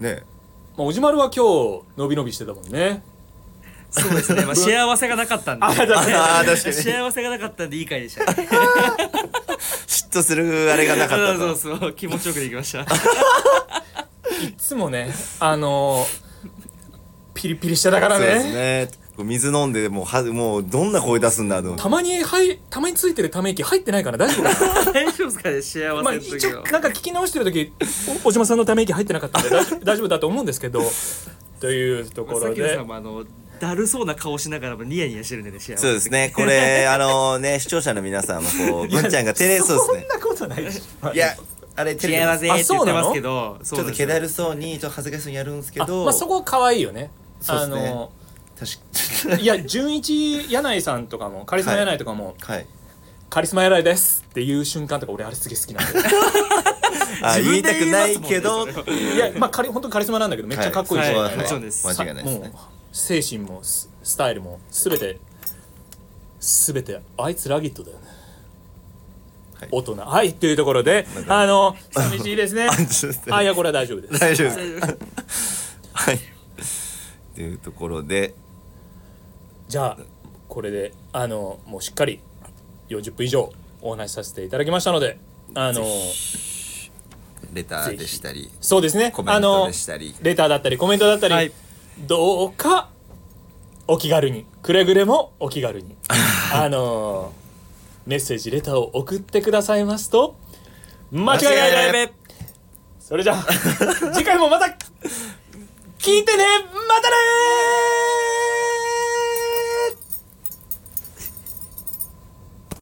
Speaker 2: ね
Speaker 1: まあ、おじまるは今日伸び伸びしてたもんね
Speaker 3: そうですね、まあ、幸せがなかったんで
Speaker 2: あー確かに
Speaker 3: *laughs* 幸せがなかったんでいい回でしたね
Speaker 2: 嫉妬するあれがなかった
Speaker 3: そう
Speaker 2: と
Speaker 3: そうそう気持ちよくできました
Speaker 2: *laughs*
Speaker 1: いつもねあのピリピリしてたから
Speaker 2: そうで
Speaker 1: ね
Speaker 2: すねこう水飲んでもうはもうどんな声出すん *laughs* だと思って
Speaker 1: たまにはいたまについてるため息入ってないから大丈夫
Speaker 3: 大丈夫ですかね幸せの
Speaker 1: まあ
Speaker 3: 時
Speaker 1: 一
Speaker 3: は、
Speaker 1: 応なんか聞き直してる時お小島さんのため息入ってなか
Speaker 3: *laughs*
Speaker 1: ったんで大丈夫大丈夫だと思うんですけどというとこ
Speaker 3: まあさ
Speaker 1: ろ
Speaker 3: きの
Speaker 1: で
Speaker 3: さんもあのだるそうな顔しながらもニヤニヤしてるんでね幸せ
Speaker 2: そうですねこ *laughs* れあのね視聴者の皆さんもこう文ちゃんが照れそうですね
Speaker 1: そんなことないでしょ
Speaker 2: いやあれ照れてま
Speaker 3: 幸
Speaker 2: す
Speaker 3: せっ
Speaker 1: あそ
Speaker 3: て言って
Speaker 1: うな
Speaker 3: ま
Speaker 1: の
Speaker 3: すけどち
Speaker 2: ちょっと気だるそうにちょっと恥ずかしそうにやるんですけ
Speaker 1: あ
Speaker 2: ど
Speaker 1: まあそこは可愛いよね
Speaker 2: そうですね
Speaker 1: あの
Speaker 2: 確
Speaker 1: *laughs* いや純一柳井さんとかもカリスマ柳井とかも、
Speaker 2: かはい
Speaker 1: カリスマ柳井ですっていう瞬間とか俺あれすげえ好き
Speaker 2: *laughs*
Speaker 1: なんで
Speaker 2: あ
Speaker 3: 自分
Speaker 2: 言い
Speaker 3: で
Speaker 2: たく
Speaker 3: 言い
Speaker 2: な
Speaker 3: ます
Speaker 2: い
Speaker 3: もんね
Speaker 2: けど
Speaker 3: そ
Speaker 1: いやまあカリ本当にカリスマなんだけどめっちゃかっこいいし、
Speaker 3: はい
Speaker 2: は
Speaker 3: はい
Speaker 2: もちろんです
Speaker 3: さ
Speaker 2: 間違いないです
Speaker 1: もう
Speaker 2: ね
Speaker 1: 精神もススタイルも全て全てあいつラギットだよね、
Speaker 2: はい
Speaker 1: 大人はいというところであの寂しいです
Speaker 2: *laughs*
Speaker 1: ね
Speaker 2: そうですね
Speaker 1: あいやこれは大丈夫です
Speaker 2: 大丈夫です
Speaker 3: 大丈夫
Speaker 2: はい *laughs* というところで
Speaker 1: じゃあこれであのもうしっかり40分以上お話しさせていただきましたのであの
Speaker 2: レターでしたり
Speaker 1: そうですね
Speaker 2: コメ
Speaker 1: あ
Speaker 2: ント
Speaker 1: の
Speaker 2: でしたり
Speaker 1: レターだったりコメントだったり、
Speaker 3: はい
Speaker 1: どうかお気軽にくれぐれもお気
Speaker 3: *laughs*
Speaker 1: 軽にあのメッセージレターを送ってくださいますと間違いない
Speaker 2: 間違いな
Speaker 1: ね
Speaker 3: *laughs*
Speaker 1: それじゃあ次回もまた聞いてねまたねー